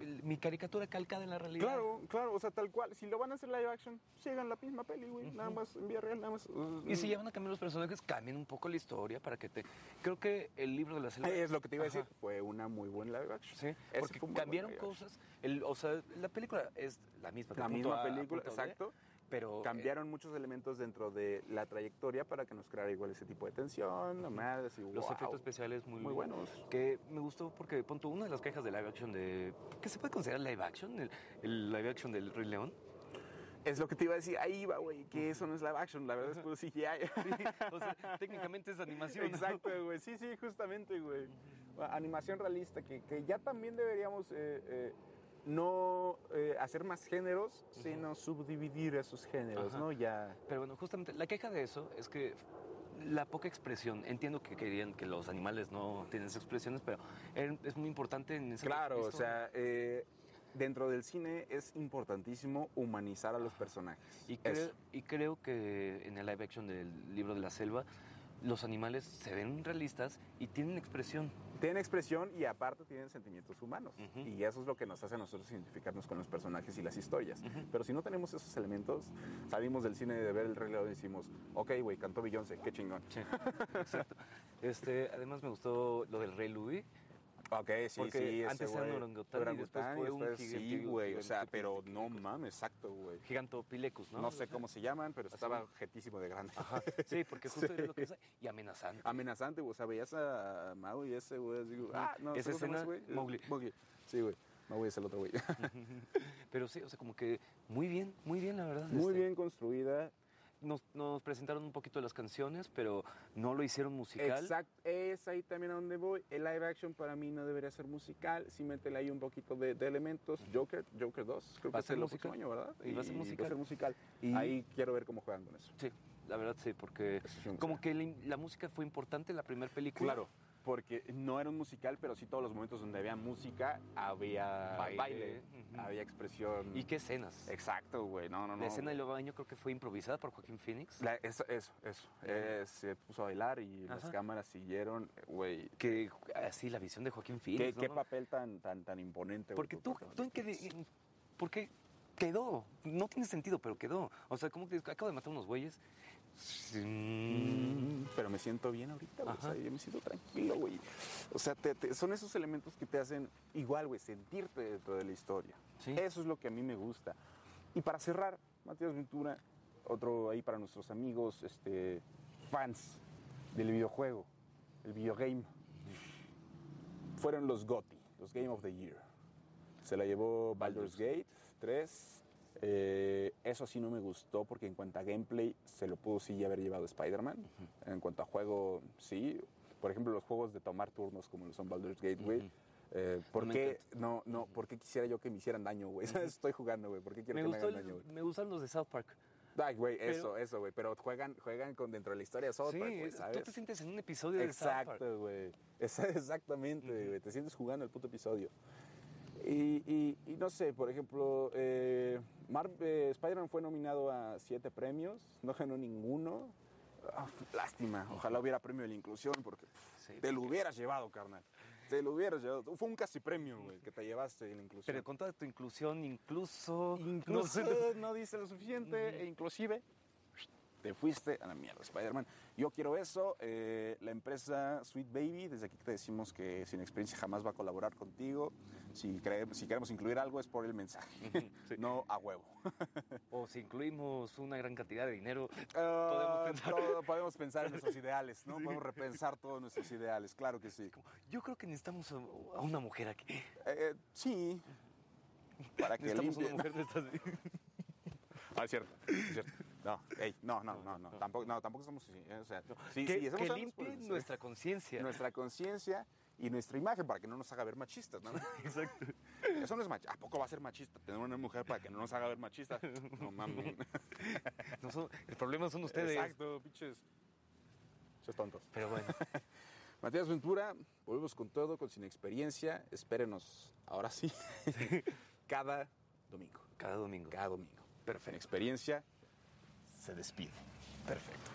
Speaker 2: el- mi caricatura calcada en la realidad.
Speaker 1: Claro, claro, o sea, tal cual. Si lo van a hacer live action, sigan la misma peli, güey. Nada más en vía real, nada más. uh,
Speaker 2: Y si ya van a cambiar los personajes, cambien un poco la historia para que te... Creo que el libro de la selva...
Speaker 1: Es lo que te iba a decir.
Speaker 2: Ajá.
Speaker 1: Fue una muy buena live action.
Speaker 2: Sí,
Speaker 1: Ese
Speaker 2: porque
Speaker 1: fue un muy buen
Speaker 2: cambiaron
Speaker 1: live action.
Speaker 2: cosas. El, o sea, la película es la misma. de
Speaker 1: La
Speaker 2: punto
Speaker 1: misma
Speaker 2: A a
Speaker 1: película,
Speaker 2: punto B,
Speaker 1: exacto.
Speaker 2: Pero... eh,
Speaker 1: Cambiaron muchos elementos dentro de la trayectoria para que nos creara igual ese tipo de tensión, la madre, así,
Speaker 2: Los
Speaker 1: wow.
Speaker 2: efectos especiales muy,
Speaker 1: Muy buenos.
Speaker 2: Que me gustó porque, punto, una de las quejas de live action de... ¿Qué se puede considerar live action? El, el live action del Rey León.
Speaker 1: Es lo que te iba a decir, ahí va, güey, que eso no es live action, la verdad es puro CGI.
Speaker 2: O sea, técnicamente es animación. ¿no?
Speaker 1: Exacto, güey. Sí, sí, justamente, güey. Animación realista, que, que ya también deberíamos eh, eh, no eh, hacer más géneros, sino subdividir esos géneros,
Speaker 2: Ajá.
Speaker 1: ¿no? Ya.
Speaker 2: Pero bueno, justamente la queja de eso es que la poca expresión, entiendo que querían que los animales no tienen esas expresiones, pero er- es muy importante en ese
Speaker 1: Claro, o sea, eh, dentro del cine es importantísimo humanizar a los personajes.
Speaker 2: Y,
Speaker 1: Eso.
Speaker 2: creo- y creo que en el live action del libro de la selva, los animales se ven realistas y tienen expresión.
Speaker 1: Tienen expresión y aparte tienen sentimientos humanos.
Speaker 2: Ujú.
Speaker 1: Y eso es lo que nos hace a nosotros identificarnos con los personajes y las historias. Pero si no tenemos esos elementos, salimos del cine de ver el reloj y decimos, ok, güey, cantó Beyoncé, qué chingón.
Speaker 2: Sí, exacto. Este, además me gustó lo del Rey Louis.
Speaker 1: Ok, sí,
Speaker 2: Porque
Speaker 1: sí. ese
Speaker 2: antes era un
Speaker 1: güey,
Speaker 2: orangután y después
Speaker 1: orangután
Speaker 2: fue un
Speaker 1: Sí,
Speaker 2: gigante-
Speaker 1: güey, o sea,
Speaker 2: gigante-
Speaker 1: pero no mames, exacto, güey.
Speaker 2: Gigantopilecus, ¿no?
Speaker 1: No sé cómo se llaman, pero estaba jetísimo de grande.
Speaker 2: Ajá. Sí, porque justo
Speaker 1: Sí.
Speaker 2: era lo que es. Y amenazante.
Speaker 1: Amenazante, güey. O sea, veías a Maui y ese güey, así, güey, ah, no,
Speaker 2: Esa
Speaker 1: ¿cómo se llama ese
Speaker 2: escena,
Speaker 1: güey?
Speaker 2: Mowgli.
Speaker 1: Mowgli. Sí, güey. Maui es el otro güey.
Speaker 2: Pero sí, o sea, como que muy bien, muy bien, la verdad.
Speaker 1: Muy
Speaker 2: este,
Speaker 1: bien construida,
Speaker 2: Nos, nos presentaron un poquito las canciones, pero no lo hicieron musical.
Speaker 1: Exacto, es ahí también a donde voy. El live action para mí no debería ser musical. Si métele ahí un poquito de, de elementos. Joker, Joker 2, creo que
Speaker 2: Va a
Speaker 1: es
Speaker 2: ser
Speaker 1: el
Speaker 2: musical.
Speaker 1: próximo año, ¿verdad?
Speaker 2: Y va a ser musical.
Speaker 1: musical.
Speaker 2: Y-
Speaker 1: Ahí quiero ver cómo juegan con eso.
Speaker 2: Sí, la verdad sí, porque
Speaker 1: Eso sí me
Speaker 2: como
Speaker 1: gusta.
Speaker 2: que la, la música fue importante en la primera película.
Speaker 1: Claro, porque no era un musical, pero sí todos los momentos donde había música, había
Speaker 2: Baile,
Speaker 1: baile,
Speaker 2: Ah, eh, ujú.
Speaker 1: había expresión.
Speaker 2: ¿Y qué escenas?
Speaker 1: Exacto, güey. No, no, no.
Speaker 2: La escena del baño creo que fue improvisada por Joaquín Phoenix.
Speaker 1: La- eso, eso, eso. Eh, se puso a bailar y las
Speaker 2: Ajá.
Speaker 1: cámaras siguieron, güey.
Speaker 2: Que así la visión de Joaquín Phoenix.
Speaker 1: Qué,
Speaker 2: ¿no?
Speaker 1: qué
Speaker 2: No,
Speaker 1: papel tan, tan, tan imponente. güey,
Speaker 2: Porque
Speaker 1: por
Speaker 2: tú,
Speaker 1: parte de
Speaker 2: tú en qué, de- en- porque quedó, no tiene sentido, pero quedó. O sea, como que acabo de matar unos güeyes. Mm,
Speaker 1: Mm, pero me siento bien ahorita, güey. O sea,
Speaker 2: Ajá.
Speaker 1: yo me siento tranquilo, güey. O sea, te- te- son esos elementos que te hacen igual, güey, sentirte dentro de la historia.
Speaker 2: Sí.
Speaker 1: Eso es lo que a mí me gusta. Y para cerrar, Matías Ventura, otro ahí para nuestros amigos, este, fans del videojuego, el videogame, fueron los GOTY, los Game of the Year. Se la llevó Baldur's Gate 3. Eh, eso sí no me gustó porque en cuanto a gameplay se lo pudo sí haber llevado Spider-Man. En cuanto a juego, sí. Por ejemplo, los juegos de tomar turnos como lo son Baldur's Gate, güey. Eh, ¿Por
Speaker 2: No me
Speaker 1: qué? No, no, ¿por qué quisiera yo que me hicieran daño, güey? Estoy jugando, güey. ¿Por qué quiero
Speaker 2: me,
Speaker 1: que me
Speaker 2: gustó
Speaker 1: hagan
Speaker 2: el-
Speaker 1: daño, güey?
Speaker 2: me gustaron los de South Park.
Speaker 1: Ay, güey,
Speaker 2: Pero-
Speaker 1: eso, eso, güey. Pero juegan, juegan con dentro de la historia de South
Speaker 2: Sí,
Speaker 1: Park, güey,
Speaker 2: es- tú
Speaker 1: ¿sabes?
Speaker 2: te sientes en un episodio de South Park.
Speaker 1: Exacto, güey. Es- Exactamente, güey. Te sientes jugando el puto episodio. Y, y- y no sé, por ejemplo, eh, Mar- eh, Spider-Man fue nominado a siete premios, no ganó ninguno. Ah, lástima, ojalá hubiera premio de la inclusión porque pff,
Speaker 2: Sí,
Speaker 1: te lo hubieras llevado, carnal. Te lo hubieras llevado. Fue un casi premio, güey, que te llevaste de la inclusión.
Speaker 2: Pero con toda tu inclusión, incluso...
Speaker 1: Incluso
Speaker 2: no sé,
Speaker 1: no dice lo suficiente e inclusive te fuiste a la mierda, Spider-Man. Yo quiero eso. eh, la empresa Sweet Baby, desde aquí te decimos que Sin Experiencia jamás va a colaborar contigo. Si, cre- si queremos incluir algo es por el mensaje, no a huevo.
Speaker 2: O si incluimos una gran cantidad de dinero,
Speaker 1: Ah,
Speaker 2: pensar.
Speaker 1: todo- podemos pensar en nuestros ideales, ¿no? Podemos repensar todos nuestros ideales, claro que sí.
Speaker 2: como, yo creo que necesitamos a a una mujer aquí.
Speaker 1: Eh, sí, para que
Speaker 2: Necesitamos una
Speaker 1: limpie.
Speaker 2: mujer de estas...
Speaker 1: Ah, es cierto, es cierto. No, ey, no, no, no, no, tampoco, no, tampoco somos, sí, eh, o sea, sí,
Speaker 2: que
Speaker 1: sí, somos
Speaker 2: que
Speaker 1: ambos,
Speaker 2: limpie
Speaker 1: pues,
Speaker 2: nuestra conciencia.
Speaker 1: nuestra conciencia y nuestra imagen para que no nos haga ver machistas, ¿no?
Speaker 2: Exacto.
Speaker 1: Eso no es machista. ¿A poco va a ser machista tener una mujer para que no nos haga ver machistas? No mames.
Speaker 2: No son- el problema son ustedes.
Speaker 1: Exacto, pinches. Sos tontos.
Speaker 2: Pero bueno,
Speaker 1: Matías Ventura, volvemos con todo, con sin experiencia. Espérenos, ahora sí, cada domingo.
Speaker 2: cada domingo.
Speaker 1: Cada domingo. Perfecto. Experiencia se despide.
Speaker 2: Perfecto.